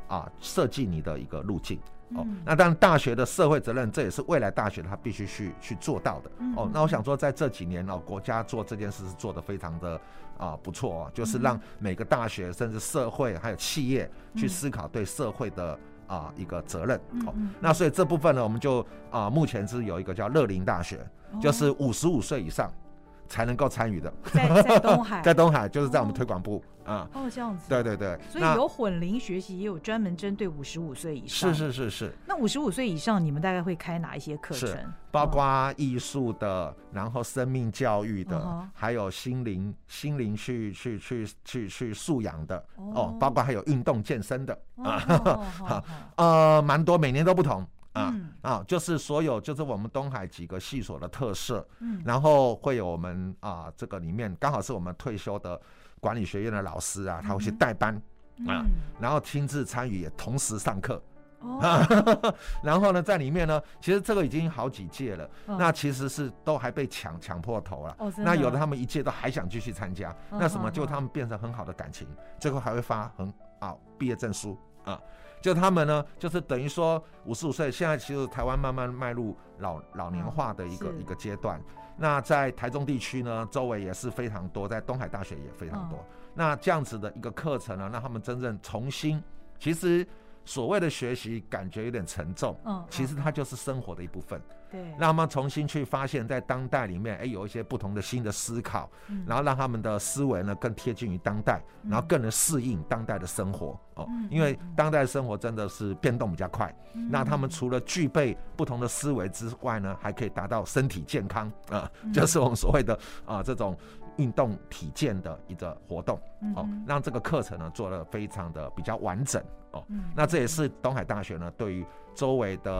[SPEAKER 6] 啊设计你的一个路径。哦
[SPEAKER 5] 嗯，
[SPEAKER 6] 那当然，大学的社会责任，这也是未来大学它必须去去做到的
[SPEAKER 5] 嗯。
[SPEAKER 6] 哦，那我想说，在这几年哦，国家做这件事是做得非常的啊、不错哦，就是
[SPEAKER 5] 嗯
[SPEAKER 6] 让每个大学甚至社会还有企业去思考对社会的啊、一个责任。
[SPEAKER 5] 嗯
[SPEAKER 6] 哦，那所以这部分呢，我们就啊、目前是有一个叫乐龄大学，
[SPEAKER 5] 哦
[SPEAKER 6] 就是五十五岁以上才能够参与的，
[SPEAKER 5] 在
[SPEAKER 6] [laughs]
[SPEAKER 5] 在东海
[SPEAKER 6] 在东海就是在我们
[SPEAKER 5] 哦
[SPEAKER 6] 推广部啊、
[SPEAKER 5] 哎哦这样子，
[SPEAKER 6] 对对对，
[SPEAKER 5] 所以
[SPEAKER 6] 那
[SPEAKER 5] 有混龄学习，也有专门针对五十五岁以上。
[SPEAKER 6] 是。是是是。
[SPEAKER 5] 那五十五岁以上，你们大概会开哪一些课
[SPEAKER 6] 是
[SPEAKER 5] 程？
[SPEAKER 6] 包括艺术的，然后生命教育的，
[SPEAKER 5] 嗯哼
[SPEAKER 6] 还有心灵心灵去去去去去素养的
[SPEAKER 5] 哦
[SPEAKER 6] 哦，包括还有运动健身的
[SPEAKER 5] 哦
[SPEAKER 6] 啊，
[SPEAKER 5] 好好
[SPEAKER 6] [laughs]
[SPEAKER 5] 好好
[SPEAKER 6] 呃，蛮多，每年都不同啊、
[SPEAKER 5] 嗯
[SPEAKER 6] 啊，就是所有就是我们东海几个系所的特色，
[SPEAKER 5] 嗯
[SPEAKER 6] 然后会有我们啊、这个里面刚好是我们退休的管理学院的老师啊，他会去代班、啊
[SPEAKER 5] 嗯，
[SPEAKER 6] 然后亲自参与，也同时上课。
[SPEAKER 5] 哦，
[SPEAKER 6] 然后呢，在里面呢，其实这个已经好几届了，
[SPEAKER 5] 嗯
[SPEAKER 6] 那其实是都还被抢抢破头了。 [laughs]
[SPEAKER 5] 哦真的
[SPEAKER 6] 那有的他们一届都还想继续参加，
[SPEAKER 5] 嗯
[SPEAKER 6] 那什么
[SPEAKER 5] 嗯
[SPEAKER 6] 就
[SPEAKER 5] 嗯
[SPEAKER 6] 他们变成很好的感情，最后还会发很啊毕业证书啊。就他们呢，就是等于说五十五岁，现在其实台湾慢慢迈入老老年化的一个、
[SPEAKER 5] 嗯是
[SPEAKER 6] 一个阶段。那在台中地区呢，周围也是非常多，在东海大学也非常多。
[SPEAKER 5] 嗯
[SPEAKER 6] 那这样子的一个课程呢，让他们真正重新，其实所谓的学习感觉有点沉重，
[SPEAKER 5] 嗯，
[SPEAKER 6] 其
[SPEAKER 5] 嗯
[SPEAKER 6] 实它就是生活的一部分，
[SPEAKER 5] 对，
[SPEAKER 6] 让他们重新去发现，在当代里面，哎，有一些不同的新的思考，
[SPEAKER 5] 嗯
[SPEAKER 6] 然后让他们的思维呢更贴近于当代，然后更能适应当代的生活哦
[SPEAKER 5] 嗯嗯。嗯
[SPEAKER 6] 因为当代生活真的是变动比较快，那他们除了具备不同的思维之外呢，还可以达到身体健康啊、
[SPEAKER 5] 嗯
[SPEAKER 6] 就是我们所谓的啊、这种运动体健的一个活动
[SPEAKER 5] 嗯
[SPEAKER 6] 哦，让这个课程呢做得非常的比较完整
[SPEAKER 5] 嗯
[SPEAKER 6] 哦。那这也是东海大学呢对于周围的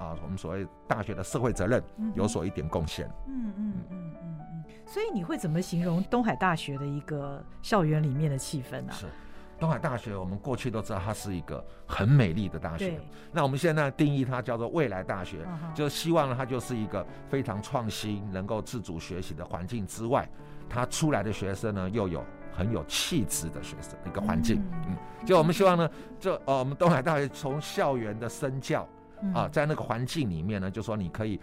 [SPEAKER 6] 啊、我们所谓大学的社会责任有所一点贡献。
[SPEAKER 5] 嗯嗯嗯嗯嗯，所以你会怎么形容东海大学的一个校园里面的气氛啊呢、
[SPEAKER 6] 是，东海大学我们过去都知道它是一个很美丽的大学
[SPEAKER 5] 对，，
[SPEAKER 6] 那我们现在定义它叫做未来大学，
[SPEAKER 5] 嗯哼
[SPEAKER 6] 啊就希望呢它就是一个非常创新、能够自主学习的环境之外，它出来的学生呢又有。很有气质的学生一个环境，
[SPEAKER 5] 嗯
[SPEAKER 6] 嗯，就我们希望呢，就呃，我们东海大学从校园的身教
[SPEAKER 5] 嗯
[SPEAKER 6] 啊，在那个环境里面呢，就说你可以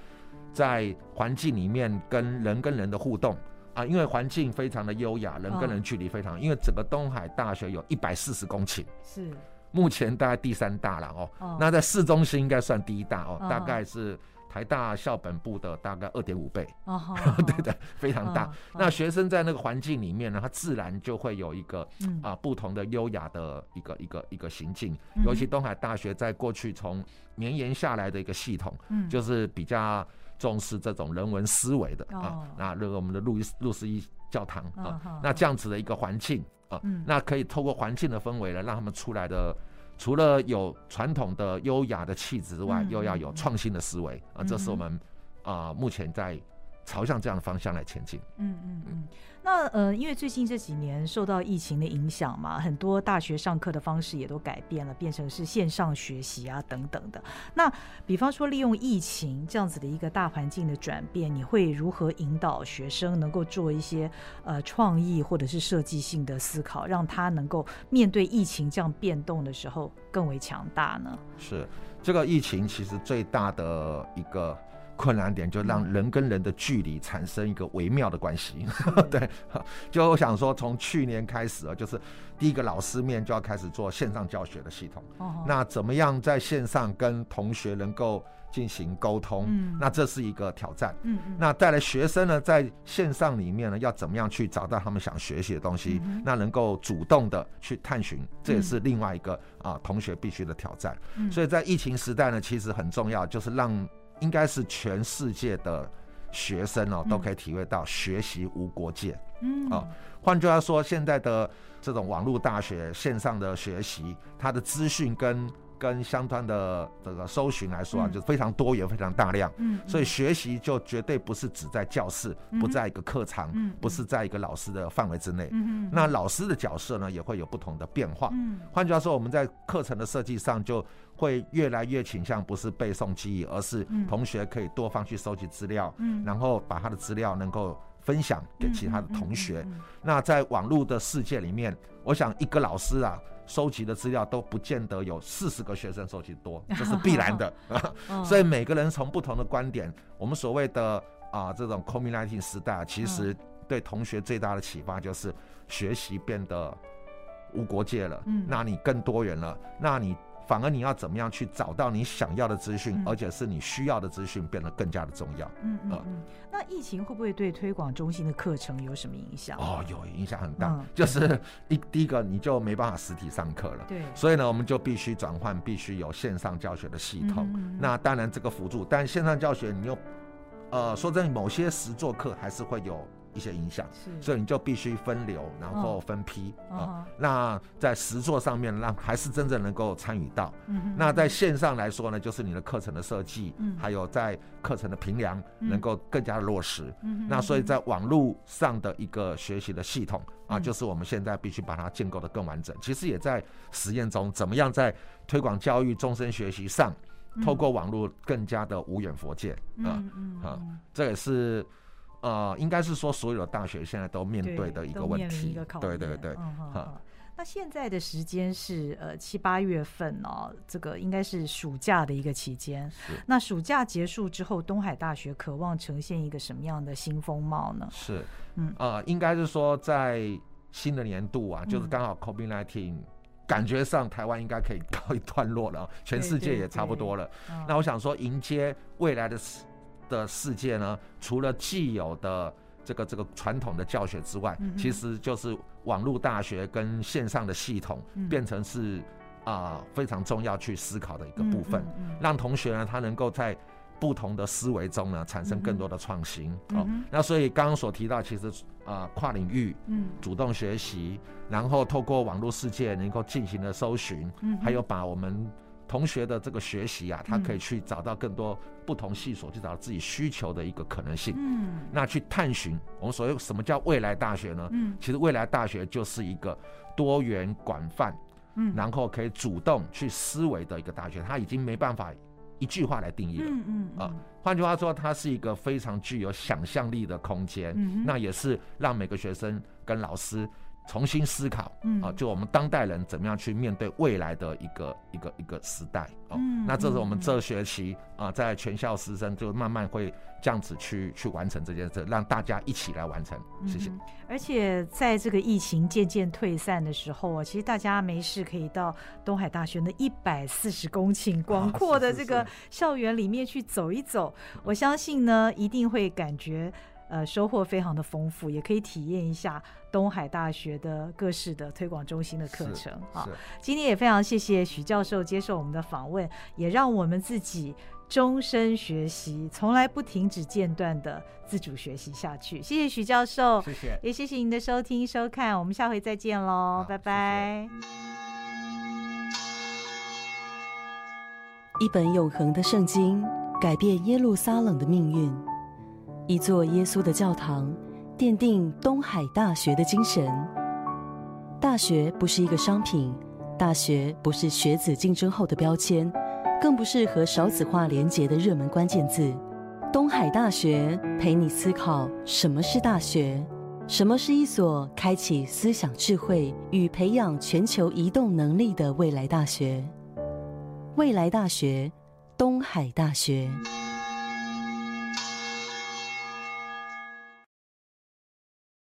[SPEAKER 6] 在环境里面跟人跟人的互动啊，因为环境非常的优雅，
[SPEAKER 5] 哦
[SPEAKER 6] 人跟人距离非常，因为整个东海大学有一百四十公顷，
[SPEAKER 5] 是
[SPEAKER 6] 目前大概第三大了哦，
[SPEAKER 5] 哦
[SPEAKER 6] 那在市中心应该算第一大哦，
[SPEAKER 5] 嗯
[SPEAKER 6] 大概是台大校本部的大概二点五倍，
[SPEAKER 5] 哦，好
[SPEAKER 6] [laughs] 对对，非常大。
[SPEAKER 5] 嗯
[SPEAKER 6] 那学生在那个环境里面呢，他自然就会有一个
[SPEAKER 5] 嗯
[SPEAKER 6] 啊、不同的优雅的一个一个一个行径
[SPEAKER 5] 嗯。
[SPEAKER 6] 尤其东海大学在过去从绵延下来的一个系统，
[SPEAKER 5] 嗯
[SPEAKER 6] 就是比较重视这种人文思维的、
[SPEAKER 5] 哦
[SPEAKER 6] 啊。那这个我们的路易斯路斯一教堂啊，
[SPEAKER 5] 嗯
[SPEAKER 6] 那这样子的一个环境啊，
[SPEAKER 5] 嗯
[SPEAKER 6] 那可以透过环境的氛围呢，让他们出来的。除了有传统的优雅的气质之外，
[SPEAKER 5] 嗯
[SPEAKER 6] 又要
[SPEAKER 5] 嗯
[SPEAKER 6] 有
[SPEAKER 5] 嗯
[SPEAKER 6] 创新的思维啊，这是我们啊、目前在朝向这样的方向来前进。
[SPEAKER 5] 嗯嗯嗯，那呃，因为最近这几年受到疫情的影响嘛，很多大学上课的方式也都改变了，变成是线上学习啊等等的。那比方说利用疫情这样子的一个大环境的转变，你会如何引导学生能够做一些呃创意或者是设计性的思考，让他能够面对疫情这样变动的时候更为强大呢？
[SPEAKER 6] 是这个疫情其实最大的一个困难点，就
[SPEAKER 5] 嗯
[SPEAKER 6] 让人跟人的距离产生一个微妙的关系。 [laughs] 对，就我想说，从去年开始啊，就是第一个老师面就要开始做线上教学的系统。
[SPEAKER 5] 哦，
[SPEAKER 6] 那怎么样在线上跟同学能够进行沟通？
[SPEAKER 5] 嗯
[SPEAKER 6] 那这是一个挑战。
[SPEAKER 5] 嗯嗯，
[SPEAKER 6] 那带来学生呢，在线上里面呢，要怎么样去找到他们想学习的东西？
[SPEAKER 5] 嗯
[SPEAKER 6] 那能够主动的去探寻，这也是另外一个啊、同学必须的挑战。
[SPEAKER 5] 嗯
[SPEAKER 6] 所以在疫情时代呢，其实很重要，就是让应该是全世界的学生哦，都可以体会到学习无国界。
[SPEAKER 5] 嗯
[SPEAKER 6] 哦换句话说，现在的这种网络大学线上的学习，它的资讯跟跟相关的这个搜寻来说啊，
[SPEAKER 5] 嗯
[SPEAKER 6] 就非常多元、非常大量。
[SPEAKER 5] 嗯，
[SPEAKER 6] 所以学习就绝对不是只在教室，不在一个课堂
[SPEAKER 5] 嗯，
[SPEAKER 6] 不是在一个老师的范围之内。
[SPEAKER 5] 嗯
[SPEAKER 6] 那老师的角色呢，也会有不同的变化。
[SPEAKER 5] 嗯
[SPEAKER 6] 换句话说，我们在课程的设计上就会越来越倾向不是背诵记忆，而是
[SPEAKER 5] 嗯
[SPEAKER 6] 同学可以多方去收集资料，
[SPEAKER 5] 嗯
[SPEAKER 6] 然后把他的资料能够分享给其他的同学。
[SPEAKER 5] 嗯嗯嗯嗯
[SPEAKER 6] 那在网络的世界里面，我想一个老师啊。收集的资料都不见得有四十个学生收集
[SPEAKER 5] [laughs]
[SPEAKER 6] 多，这是必然的。
[SPEAKER 5] 嗯
[SPEAKER 6] [laughs] 所以每个人从不同的观点，我们所谓的啊、这种 community 时代啊，其
[SPEAKER 5] 嗯
[SPEAKER 6] 实对同学最大的启发就是学习变得无国界了，
[SPEAKER 5] 嗯
[SPEAKER 6] 那你更多元了，那你。反而你要怎么样去找到你想要的资讯，
[SPEAKER 5] 嗯
[SPEAKER 6] 而且是你需要的资讯，变得更加的重要。
[SPEAKER 5] 嗯嗯
[SPEAKER 6] 啊
[SPEAKER 5] 嗯，那疫情会不会对推广中心的课程有什么影响？
[SPEAKER 6] 哦，有影响很大，
[SPEAKER 5] 嗯
[SPEAKER 6] 就是一第一个你就没办法实体上课了，
[SPEAKER 5] 对，
[SPEAKER 6] 所以呢，我们就必须转换，必须有线上教学的系统。
[SPEAKER 5] 嗯
[SPEAKER 6] 那当然这个辅助，但线上教学你又，呃，说真的，某些实作课还是会有一些影响，
[SPEAKER 5] 是，
[SPEAKER 6] 所以你就必须分流，然
[SPEAKER 5] 嗯
[SPEAKER 6] 后分批啊、
[SPEAKER 5] 哦
[SPEAKER 6] 那在实作上面，让还是真正能够参与到。
[SPEAKER 5] 嗯哼
[SPEAKER 6] 那在线上来说呢，就是你的课程的设计，
[SPEAKER 5] 嗯
[SPEAKER 6] 还有在课程的评量，
[SPEAKER 5] 嗯
[SPEAKER 6] 能够更加的落实。
[SPEAKER 5] 嗯哼
[SPEAKER 6] 那所以在网络上的一个学习的系统啊，
[SPEAKER 5] 嗯
[SPEAKER 6] 就是我们现在必须把它建构的更完整。其实也在实验中，怎么样在推广教育、终身学习上，透过网络更加的无远佛界啊，
[SPEAKER 5] 嗯嗯
[SPEAKER 6] 啊
[SPEAKER 5] 嗯
[SPEAKER 6] 这也是。呃，应该是说所有的大学现在都面对的一个
[SPEAKER 5] 都
[SPEAKER 6] 问
[SPEAKER 5] 面临一
[SPEAKER 6] 题
[SPEAKER 5] 个考，
[SPEAKER 6] 对
[SPEAKER 5] 验
[SPEAKER 6] 对对，
[SPEAKER 5] 嗯好
[SPEAKER 6] 哈
[SPEAKER 5] 好那现在的时间是呃七八月份哦，这个应该是暑假的一个期间。那暑假结束之后，东海大学渴望呈现一个什么样的新风貌呢？
[SPEAKER 6] 是，
[SPEAKER 5] 嗯
[SPEAKER 6] 啊，应该是说在新的年度啊，就是
[SPEAKER 5] 嗯
[SPEAKER 6] 刚好 COVID-19，感觉上台湾应该可以 [laughs] 告一段落了，啊全
[SPEAKER 5] 对
[SPEAKER 6] 世界
[SPEAKER 5] 对
[SPEAKER 6] 也差不
[SPEAKER 5] 对
[SPEAKER 6] 多了。
[SPEAKER 5] 嗯
[SPEAKER 6] 那我想说，迎接未来的世的世界呢，除了既有的这个这个传统的教学之外，
[SPEAKER 5] 嗯嗯
[SPEAKER 6] 其实就是网络大学跟线上的系统
[SPEAKER 5] 嗯
[SPEAKER 6] 变成是啊、非常重要去思考的一个部分，
[SPEAKER 5] 嗯嗯
[SPEAKER 6] 让同学呢他能够在不同的思维中呢产生更多的创新。
[SPEAKER 5] 嗯
[SPEAKER 6] 哦
[SPEAKER 5] 哼，
[SPEAKER 6] 那所以刚刚所提到，其实啊、跨领域
[SPEAKER 5] 嗯
[SPEAKER 6] 主动学习，然后透过网络世界能够进行的搜寻，
[SPEAKER 5] 嗯哼
[SPEAKER 6] 还有把我们同学的这个学习啊，他
[SPEAKER 5] 嗯
[SPEAKER 6] 可以去找到更多不同系所，去找到自己需求的一个可能性。
[SPEAKER 5] 嗯
[SPEAKER 6] 那去探寻我们所谓什么叫未来大学呢？
[SPEAKER 5] 嗯
[SPEAKER 6] 其实未来大学就是一个多元广泛，
[SPEAKER 5] 嗯
[SPEAKER 6] 然后可以主动去思维的一个大学，它已经没办法一句话来定义了。
[SPEAKER 5] 嗯嗯
[SPEAKER 6] 啊换句话说，它是一个非常具有想象力的空间，
[SPEAKER 5] 嗯
[SPEAKER 6] 那也是让每个学生跟老师重新思考，
[SPEAKER 5] 嗯
[SPEAKER 6] 啊，就我们当代人怎么样去面对未来的一个一个一个时代哦。
[SPEAKER 5] 嗯
[SPEAKER 6] 那这是我
[SPEAKER 5] 嗯
[SPEAKER 6] 们
[SPEAKER 5] 嗯
[SPEAKER 6] 这学期啊，在全校师生就慢慢会这样子去去完成这件事，让大家一起来完成。谢谢。
[SPEAKER 5] 嗯哼而且在这个疫情渐渐退散的时候啊，其实大家没事可以到东海大学那一百四十公顷广阔的
[SPEAKER 6] 啊是是
[SPEAKER 5] 这个校园里面去走一走，我相信呢一定会感觉。呃，收获非常的丰富，也可以体验一下东海大学的各式的推广中心的课程啊。
[SPEAKER 6] 是
[SPEAKER 5] 今天也非常谢谢许教授接受我们的访问，也让我们自己终身学习，从来不停止间断的自主学习下去。谢谢许教授，
[SPEAKER 6] 谢谢。
[SPEAKER 5] 也谢谢您的收听收看，我们下回再见喽
[SPEAKER 6] 好，
[SPEAKER 5] 拜
[SPEAKER 6] 谢谢
[SPEAKER 5] 拜。
[SPEAKER 7] 一本永恒的圣经改变耶路撒冷的命运，一座耶稣的教堂奠定东海大学的精神。大学不是一个商品，大学不是学子竞争后的标签，更不是和少子化连结的热门关键字。东海大学陪你思考什么是大学，什么是一所开启思想智慧与培养全球移动能力的未来大学。未来大学，东海大学。